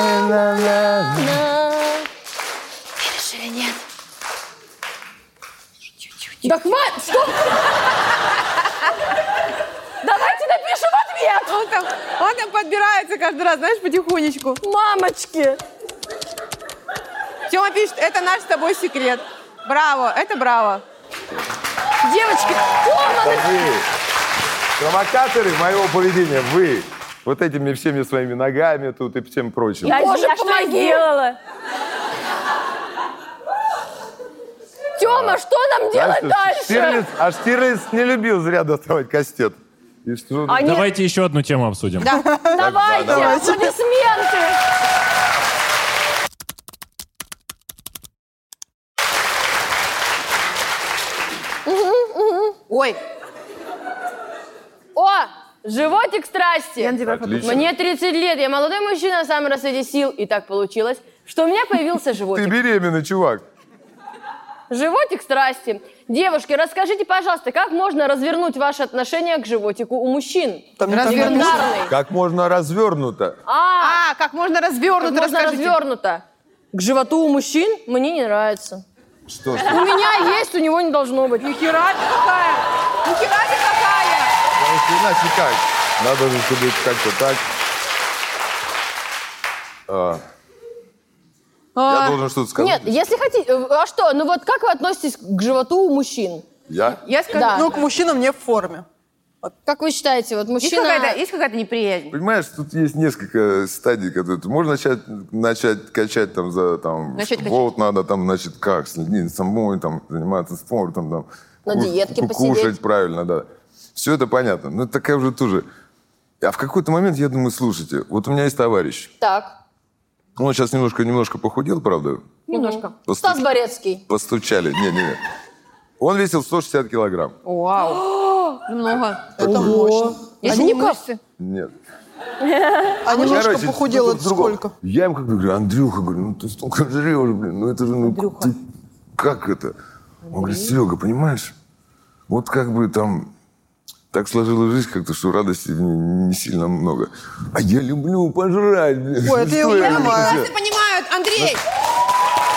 S5: На-на-на-на-на-на-на.
S2: Веришь или нет? Да хватит! Что? Давайте напишем ответ!
S1: Он там, он там подбирается каждый раз, знаешь, потихонечку.
S2: Мамочки!
S1: Тёма пишет, это наш с тобой секрет. Браво, это браво.
S2: Девочки! а, О, мама,
S5: Такие Провокаторы моего поведения вы. Вот этими всеми своими ногами тут и всем прочим.
S3: Я,
S2: Боже,
S3: я что
S2: помоги!
S3: сделала?
S2: Тёма, что нам делать
S5: Знаешь, что
S2: дальше?
S5: Штирлиц- а Штирлиц не любил зря доставать кастет. И что-
S2: А
S3: Они-
S6: Давайте еще одну тему обсудим.
S2: Давайте,
S5: давайте.
S2: аплодисменты!
S1: Ой,
S2: О, животик страсти.
S1: Я надеваю
S5: Отлично.
S2: Мне 30 лет, я молодой мужчина, сам рассвете сил. И так получилось, что у меня появился
S5: Ты
S2: животик.
S5: беременна, чувак.
S2: Животик страсти. Девушки, расскажите, пожалуйста, как можно развернуть ваши отношения к животику у мужчин?
S4: Там не так
S1: Развернуть.
S4: написано.
S2: Дарный.
S5: Как можно развернуто.
S2: А,
S1: а, как можно развернуто
S2: как можно
S1: расскажите.
S2: развернуто. К животу у мужчин мне не нравится.
S5: Что ж,
S2: У меня есть, у него не должно быть.
S1: Нихера ты какая! Нихера ты какая!
S5: потому что иначе как? Надо же себе как-то так. А,
S1: А,
S5: я должен что-то сказать.
S2: Нет, если хотите, э, а что, ну вот как вы относитесь к животу у мужчин?
S5: Я?
S1: Я скажу,
S2: Да.
S4: Ну, к мужчинам не в форме.
S2: Как вы считаете, вот
S1: есть
S2: мужчина...
S1: какая-то, есть какая-то неприязнь?
S5: Понимаешь, тут есть несколько стадий, которые ты можешь начать, начать качать там за там
S1: Начать качать.
S5: вот надо там значит как следить самой там заниматься спортом там
S2: На
S5: ку-
S2: диетке
S5: ку-
S2: посидеть.
S5: кушать правильно да все это понятно но это такая уже тоже а в какой-то момент я думаю слушайте вот у меня есть товарищ
S2: Так,
S5: он сейчас немножко немножко похудел правда
S1: Немножко.
S5: Посту-
S2: Стас Борецкий.
S5: постучали не не не он весил 160 килограмм
S1: Вау. Много.
S4: Это мощно.
S1: Если не мышцы.
S5: нет
S4: А немножко
S5: Ну, Короче,
S4: похудел
S5: тут
S4: это
S5: другого.
S4: сколько?
S5: Я им как бы говорю, Андрюха, говорю, ну ты столько жрешь, блин, ну это же, ну ты- как это? Он говорит, Серега, понимаешь, вот как бы там так сложилась жизнь как-то, что радости в ней не сильно много. А я люблю пожрать, блин.
S4: Ой, это я понимаю.
S5: Что люблю
S1: Прекрасно
S5: делать?
S1: понимают, Андрей!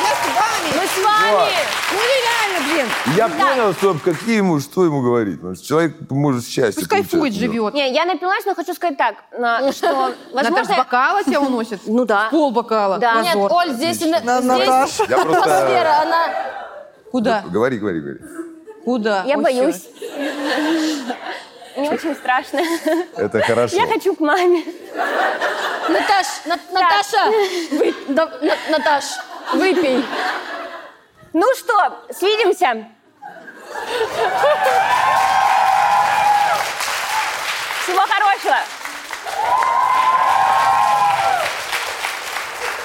S1: Я с вами!
S2: Мы с вами!
S1: Ну нереально, блин!
S5: Я понял, что какие ему, что ему говорить. Потому что человек может счастье
S1: Пусть
S5: получать
S1: кайфует,
S5: от него.
S1: живет.
S3: Не, я напилась, но хочу сказать так, на- что,
S1: Она там с
S3: возможно,
S1: бокала тебя уносит?
S2: Ну да.
S1: Пол бокала.
S3: Да.
S2: Нет,
S1: Позор.
S2: Оль, здесь, и на-
S4: На-
S2: здесь
S4: Наташа.
S5: Я просто...
S2: атмосфера, она...
S1: Куда?
S5: Говори, говори, говори.
S1: Куда?
S3: я
S1: Ой,
S3: боюсь.
S1: всё.
S3: Мне очень страшно.
S5: Это хорошо.
S3: Я хочу к маме.
S2: Наташ, На- Наташа, вы... да- На- Наташ, выпей.
S3: Ну что, свидимся? Всего хорошего.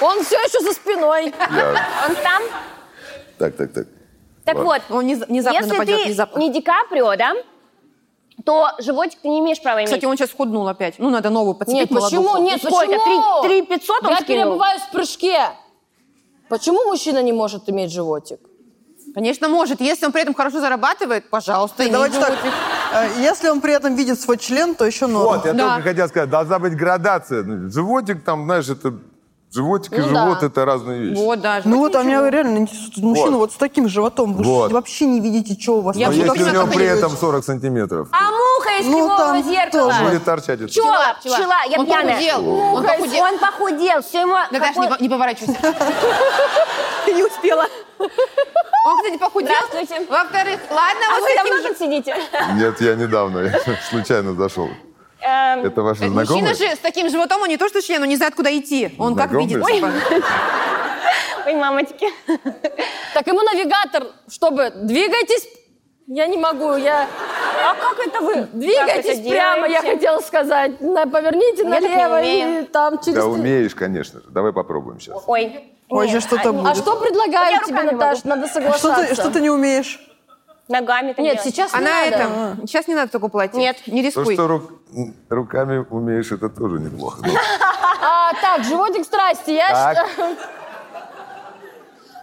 S2: Он все еще за спиной.
S1: А
S5: Я-
S3: Он там?
S5: Так, так, так.
S3: Так вот,
S1: Он не внезапно
S3: если
S1: нападет,
S3: ты
S1: внезапно.
S3: не Ди Каприо, да, то животик ты не имеешь права иметь.
S1: Кстати, он сейчас худнул опять. Ну, надо новую подцепить
S2: Нет, почему?
S1: молодуху.
S2: Нет,
S3: Ну сколько?
S2: почему?
S3: Три- три 500 он
S2: Я
S3: скинул?
S2: перебываю в прыжке. Почему мужчина не может иметь животик?
S1: Конечно, может. Если он при этом хорошо зарабатывает, пожалуйста, имей
S4: Давайте так.
S1: животик.
S4: э, Если он при этом видит свой член, то еще норм.
S5: Вот, я
S1: Да.
S5: только хотел сказать, должна быть градация. Ну, Животик там, знаешь, это... Животик и
S2: Ну
S5: живот
S2: да.
S5: это разные вещи.
S1: Вот, да.
S4: Ну вот,
S1: животик
S4: а меня
S1: ничего.
S4: реально интересует мужчина вот с таким животом. Вы ж
S5: Вот.
S4: вообще не видите, что у вас.
S1: Я
S5: Но
S4: там.
S1: вот
S5: если
S1: так
S5: у него
S1: как
S5: при
S1: они
S5: этом 40 сантиметров,
S3: А муха из
S4: Ну,
S3: кривого
S4: там
S3: зеркала.
S4: тоже.
S5: будет торчать это.
S3: Пчела,
S1: Пчела.
S3: пчела, я
S1: Он
S3: пьяная. Ну,
S1: похудел,
S3: Муха
S1: он
S3: из-
S1: похудел.
S3: Он похудел, все ему...
S1: Наташа, не,
S3: какой-
S1: по- не поворачивайся. Ты не успела. Он, кстати, похудел.
S3: Здравствуйте.
S1: Во-вторых, ладно,
S3: А
S1: вот
S3: вы
S1: с
S3: давно
S1: этим же...
S3: тут сидите?
S5: Нет, я недавно я случайно зашел.
S3: Эм,
S5: Это ваши знакомые?
S1: Мужчина же с таким животом, он не то что член, он не знает, куда идти. Он как
S5: Знакомые?
S1: видит.
S5: Ой.
S1: типа.
S3: Ой, мамочки.
S2: Так ему навигатор, чтобы двигайтесь. Я не могу, я...
S3: А как это вы? как
S2: Двигайтесь
S3: это
S2: прямо, я
S3: делаете?
S2: хотела сказать. На- поверните
S3: так не
S2: налево и
S3: умею.
S2: там через...
S5: Да
S2: три-
S5: умеешь, конечно же. Давай попробуем сейчас.
S3: Ой.
S4: Ой,
S3: нет,
S4: сейчас что-то
S3: а-
S4: будет.
S2: А что предлагают
S3: Я
S2: тебе,
S3: руками
S2: Наташ? Надо
S4: Что
S2: соглашаться.
S4: ты, что ты не умеешь?
S3: Ногами это
S2: Нет,
S3: делать.
S2: сейчас не
S1: Она
S2: надо.
S1: это... Сейчас не надо только платить.
S3: Нет.
S1: Не
S5: То,
S1: рискуй.
S5: что ру- руками умеешь, это тоже неплохо. А, Ну,
S2: А, так, животик страсти, я
S5: Так.
S2: считаю-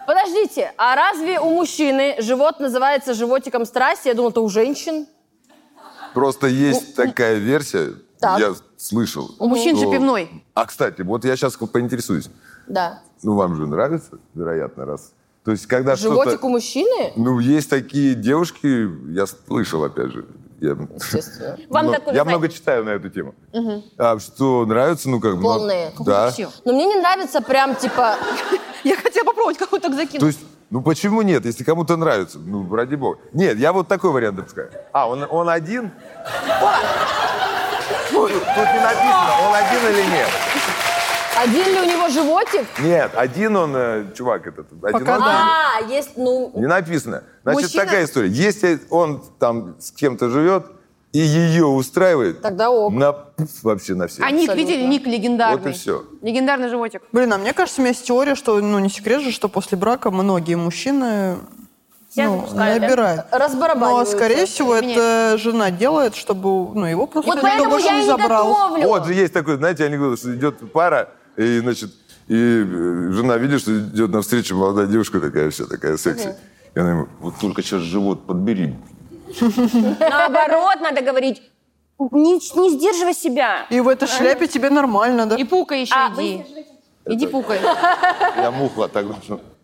S2: Подождите, а разве у мужчины живот называется животиком страсти? Я думала, это у женщин.
S5: Просто есть такая версия,
S2: Так.
S5: я слышал.
S1: Ну, У мужчин же
S5: что-
S1: пивной.
S5: А, кстати, вот я сейчас поинтересуюсь.
S2: Да.
S5: Ну, вам же нравится, вероятно, раз. То есть, когда
S2: Животик
S5: что-то...
S2: у мужчины?
S5: Ну, есть такие девушки, я слышал, опять же. Я,
S2: Естественно.
S3: Вам
S5: мно-
S3: такое
S5: я
S3: знаете,
S5: много читаю на эту тему. А, что нравится, ну как бы... ну,
S2: Полные.
S5: Да.
S1: Вообще.
S2: Но мне не нравится прям, типа,
S1: Я хотела попробовать, как он так
S5: То
S1: закинул.
S5: есть, ну почему нет, если кому-то нравится? Ну, ради бога. Нет, я вот такой вариант допускаю. А, он, он один? Тут, тут не написано, он один или нет.
S2: один ли у него животик?
S5: Нет, один он, э, чувак этот, один он один.
S2: А, есть, ну,
S5: Не написано. Значит,
S1: Мужчина-
S5: такая история. Если он там с кем-то живет и ее устраивает,
S2: Тогда ок.
S5: на пф вообще на всех.
S1: А Ник, видели? Ник легендарный.
S5: Вот и всё.
S1: Легендарный животик.
S4: Блин, а мне кажется, у меня есть теория, что, ну, не секрет же, что после брака многие мужчины
S3: Себя
S4: ну,
S3: запускают, да?
S4: набирают. Но,
S2: разбарабаниваются.
S4: скорее всего, это жена делает, чтобы, ну, его просто
S2: Вот
S4: никто
S2: поэтому
S4: больше
S2: я и
S4: не
S2: не
S4: забрал.
S2: готовлю.
S5: Вот же есть такой, знаете, анекдот, что идет пара, и, значит, и э, жена видит, что идет навстречу молодая девушка такая вся, такая секси. И она ему, вот только сейчас живот подбери.
S3: Наоборот, надо говорить, не, не сдерживай себя.
S4: И в этой шляпе тебе нормально, да?
S1: И пукай еще
S3: А,
S1: иди. Иди пукай.
S5: Я муху отогнал.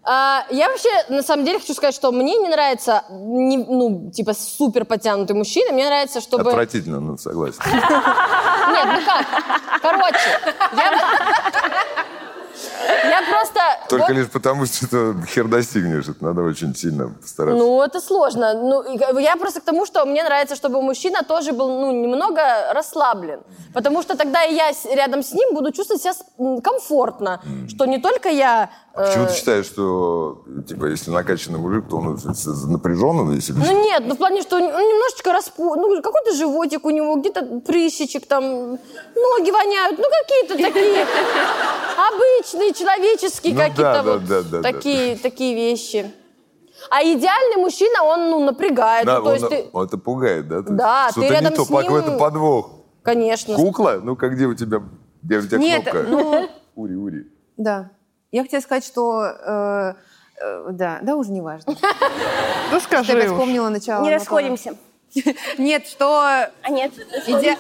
S2: А, я вообще, на самом деле, хочу сказать, что мне не нравится, не- ну, типа, супер подтянутый мужчина. Мне нравится, чтобы...
S5: Отвратительно, ну, согласен.
S2: Нет, ну как? Короче, я... Я просто...
S5: Только
S2: вот-
S5: лишь потому, что это хер достигнешь. Это надо очень сильно постараться.
S2: Ну, это сложно. Ну, и как бы я просто к тому, что мне нравится, чтобы мужчина тоже был, ну, немного расслаблен. Потому что тогда и я с- рядом с ним буду чувствовать себя с- м, комфортно. Что не только я... э,
S5: А Почему ты считаешь, что, типа, если накачанный мужик, то он напряженный, если
S2: Ну нет, ну в плане, что ну, немножечко распу... Ну, какой-то животик у него, где-то прыщичек там, ноги воняют. Ну, какие-то такие обычные, человеческие
S5: Ну
S2: какие-то
S5: да,
S2: вот
S5: да, да, да,
S2: такие, такие вещи. А идеальный мужчина, он, ну, напрягает.
S5: Да,
S2: ну, то
S5: он-
S2: есть ты...
S5: он это пугает, да? То
S2: Да,
S5: есть
S2: ты
S5: что-то
S2: рядом
S5: не то,
S2: с ним-
S5: какой-то подвох.
S2: Конечно.
S5: Кукла? Ну-ка, где у тебя, где у тебя
S1: Нет,
S5: кнопка?
S1: ну,
S5: Ури, ури.
S1: да. Я хотела сказать, что... э, э, да, да уже не важно.
S4: Ну,
S1: Что я
S4: скажи уж.
S1: вспомнила начало.
S3: Не
S1: Мотора.
S3: расходимся.
S1: Нет, что...
S3: А нет.
S1: иде-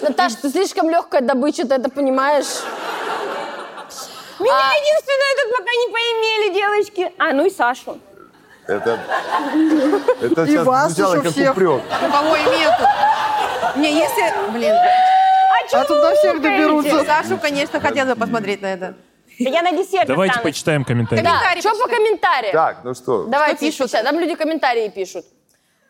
S2: Наташ, ты слишком легкая добыча, ты это понимаешь?
S3: Меня единственное тут пока не поимели, девочки. А, ну и Сашу.
S5: Это, это
S4: И вас
S5: сейчас звучало
S4: еще
S5: как
S4: всех.
S5: упрек.
S1: Ну, кого имеют? Не, если... Блин.
S3: А чё
S4: А
S3: вы
S4: тут до всех
S3: мукаете?
S4: доберутся.
S1: Сашу, конечно, хотела посмотреть на это.
S3: Я на десерт
S6: Давайте
S3: останусь.
S6: почитаем комментарии.
S2: Да,
S1: Комментарии
S2: что по
S1: почитай.
S2: комментариям?
S5: Так, ну что?
S2: Давайте
S1: пишут?
S2: пишут. Там люди комментарии пишут.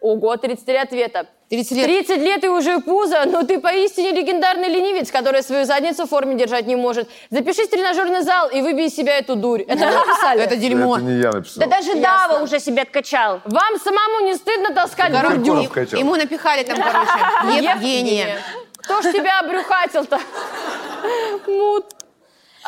S2: Ого, 33 ответа.
S1: 30 лет.
S2: 30 лет и уже пузо, но ты поистине легендарный ленивец, который свою задницу в форме держать не может. Запишись в тренажерный зал и выбей из себя эту дурь. Это вы написали?
S1: Это дерьмо.
S5: Это не я написал.
S3: Да даже Дава уже себя откачал.
S2: Вам самому не стыдно таскать
S5: Короче,
S2: бурдюк?
S5: Киркоров качал.
S1: Ему напихали там, короче, Евгения.
S2: Кто ж тебя обрюхатил-то? Мут.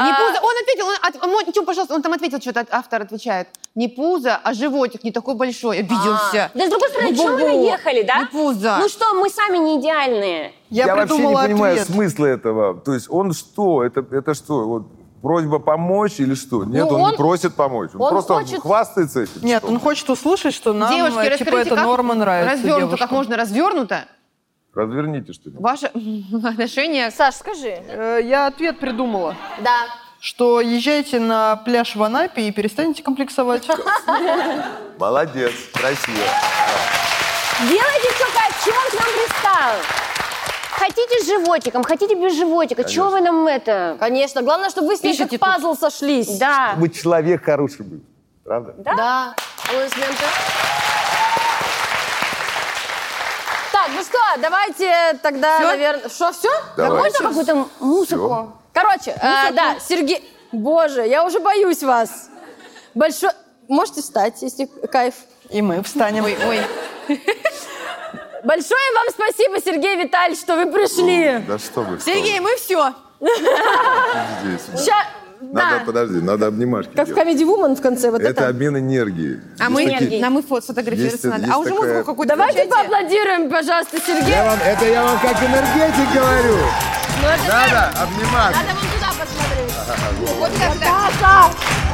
S1: Не
S2: А-
S1: пузо. Он ответил, он, от- он- Тём, пожалуйста, он там ответил, что-то от- автор отвечает. Не пузо, а животик не такой большой. Обиделся.
S3: Да с другой стороны, чего вы
S1: Бу-бу-бу.
S3: наехали, да?
S1: Не пузо.
S3: Ну что, мы сами не идеальные.
S4: Я,
S5: вообще не
S4: придумала
S5: понимаю
S4: ответ.
S5: смысла этого. То есть он что? Это, это что? Вот просьба помочь или что? Нет,
S2: Ну,
S5: он,
S2: он-
S5: не просит помочь. Он,
S2: он
S5: просто
S2: хочет-
S5: хвастается этим.
S4: Нет,
S5: что ли?
S4: он хочет услышать, что нам,
S1: Девушки,
S4: э, типа,
S1: расскажите,
S4: это
S1: как
S4: норма нравится
S1: развернуто,
S4: девушкам.
S1: как можно развернуто.
S5: Разверните что-нибудь.
S1: Ваше отношение с...
S2: Саш, скажи.
S4: Э, Я ответ придумала.
S2: Да.
S4: Что езжайте на пляж в Анапе и перестанете комплексовать.
S5: Молодец, красиво.
S3: Делайте все как, чего он к нам пристал? Хотите с животиком, хотите без животика. Чего вы нам это?
S2: Конечно. Главное, чтобы вы с ней
S1: Пишите
S2: как пазл сошлись.
S3: Да.
S5: Вы человек хороший был. Правда?
S2: Да. Аплодисменты. Так, ну что, давайте тогда, наверное... Что, все?
S5: Давай.
S3: Можно какую-то музыку?
S2: Короче, э, да, Сергей... Боже, я уже боюсь вас. Большой... Можете встать, если кайф.
S4: И мы встанем.
S1: Ой, ой.
S2: Большое вам спасибо, Сергей Витальевич, что вы пришли.
S5: Да что вы, что
S1: Сергей, мы все.
S5: вы, здесь.
S2: Ща-
S5: Надо,
S2: да.
S5: подожди, надо обнимашки
S2: Как в
S5: делать.
S2: Comedy Woman в конце вот
S5: Это
S2: это.
S5: обмен энергией.
S1: А
S5: Есть
S1: мы,
S5: такие-
S1: нам и фото сфотографироваться
S5: Есть-
S1: надо.
S5: есть
S1: а уже
S5: такая-
S1: музыку какую-то
S2: Давайте
S1: включайте.
S2: поаплодируем, пожалуйста,
S5: Я
S2: Сергею.
S5: вам- это я вам как энергетик говорю.
S2: Ну, это-
S5: Надо обниматься.
S2: Надо вон туда посмотреть.
S1: Вот как так.
S2: Красавчик!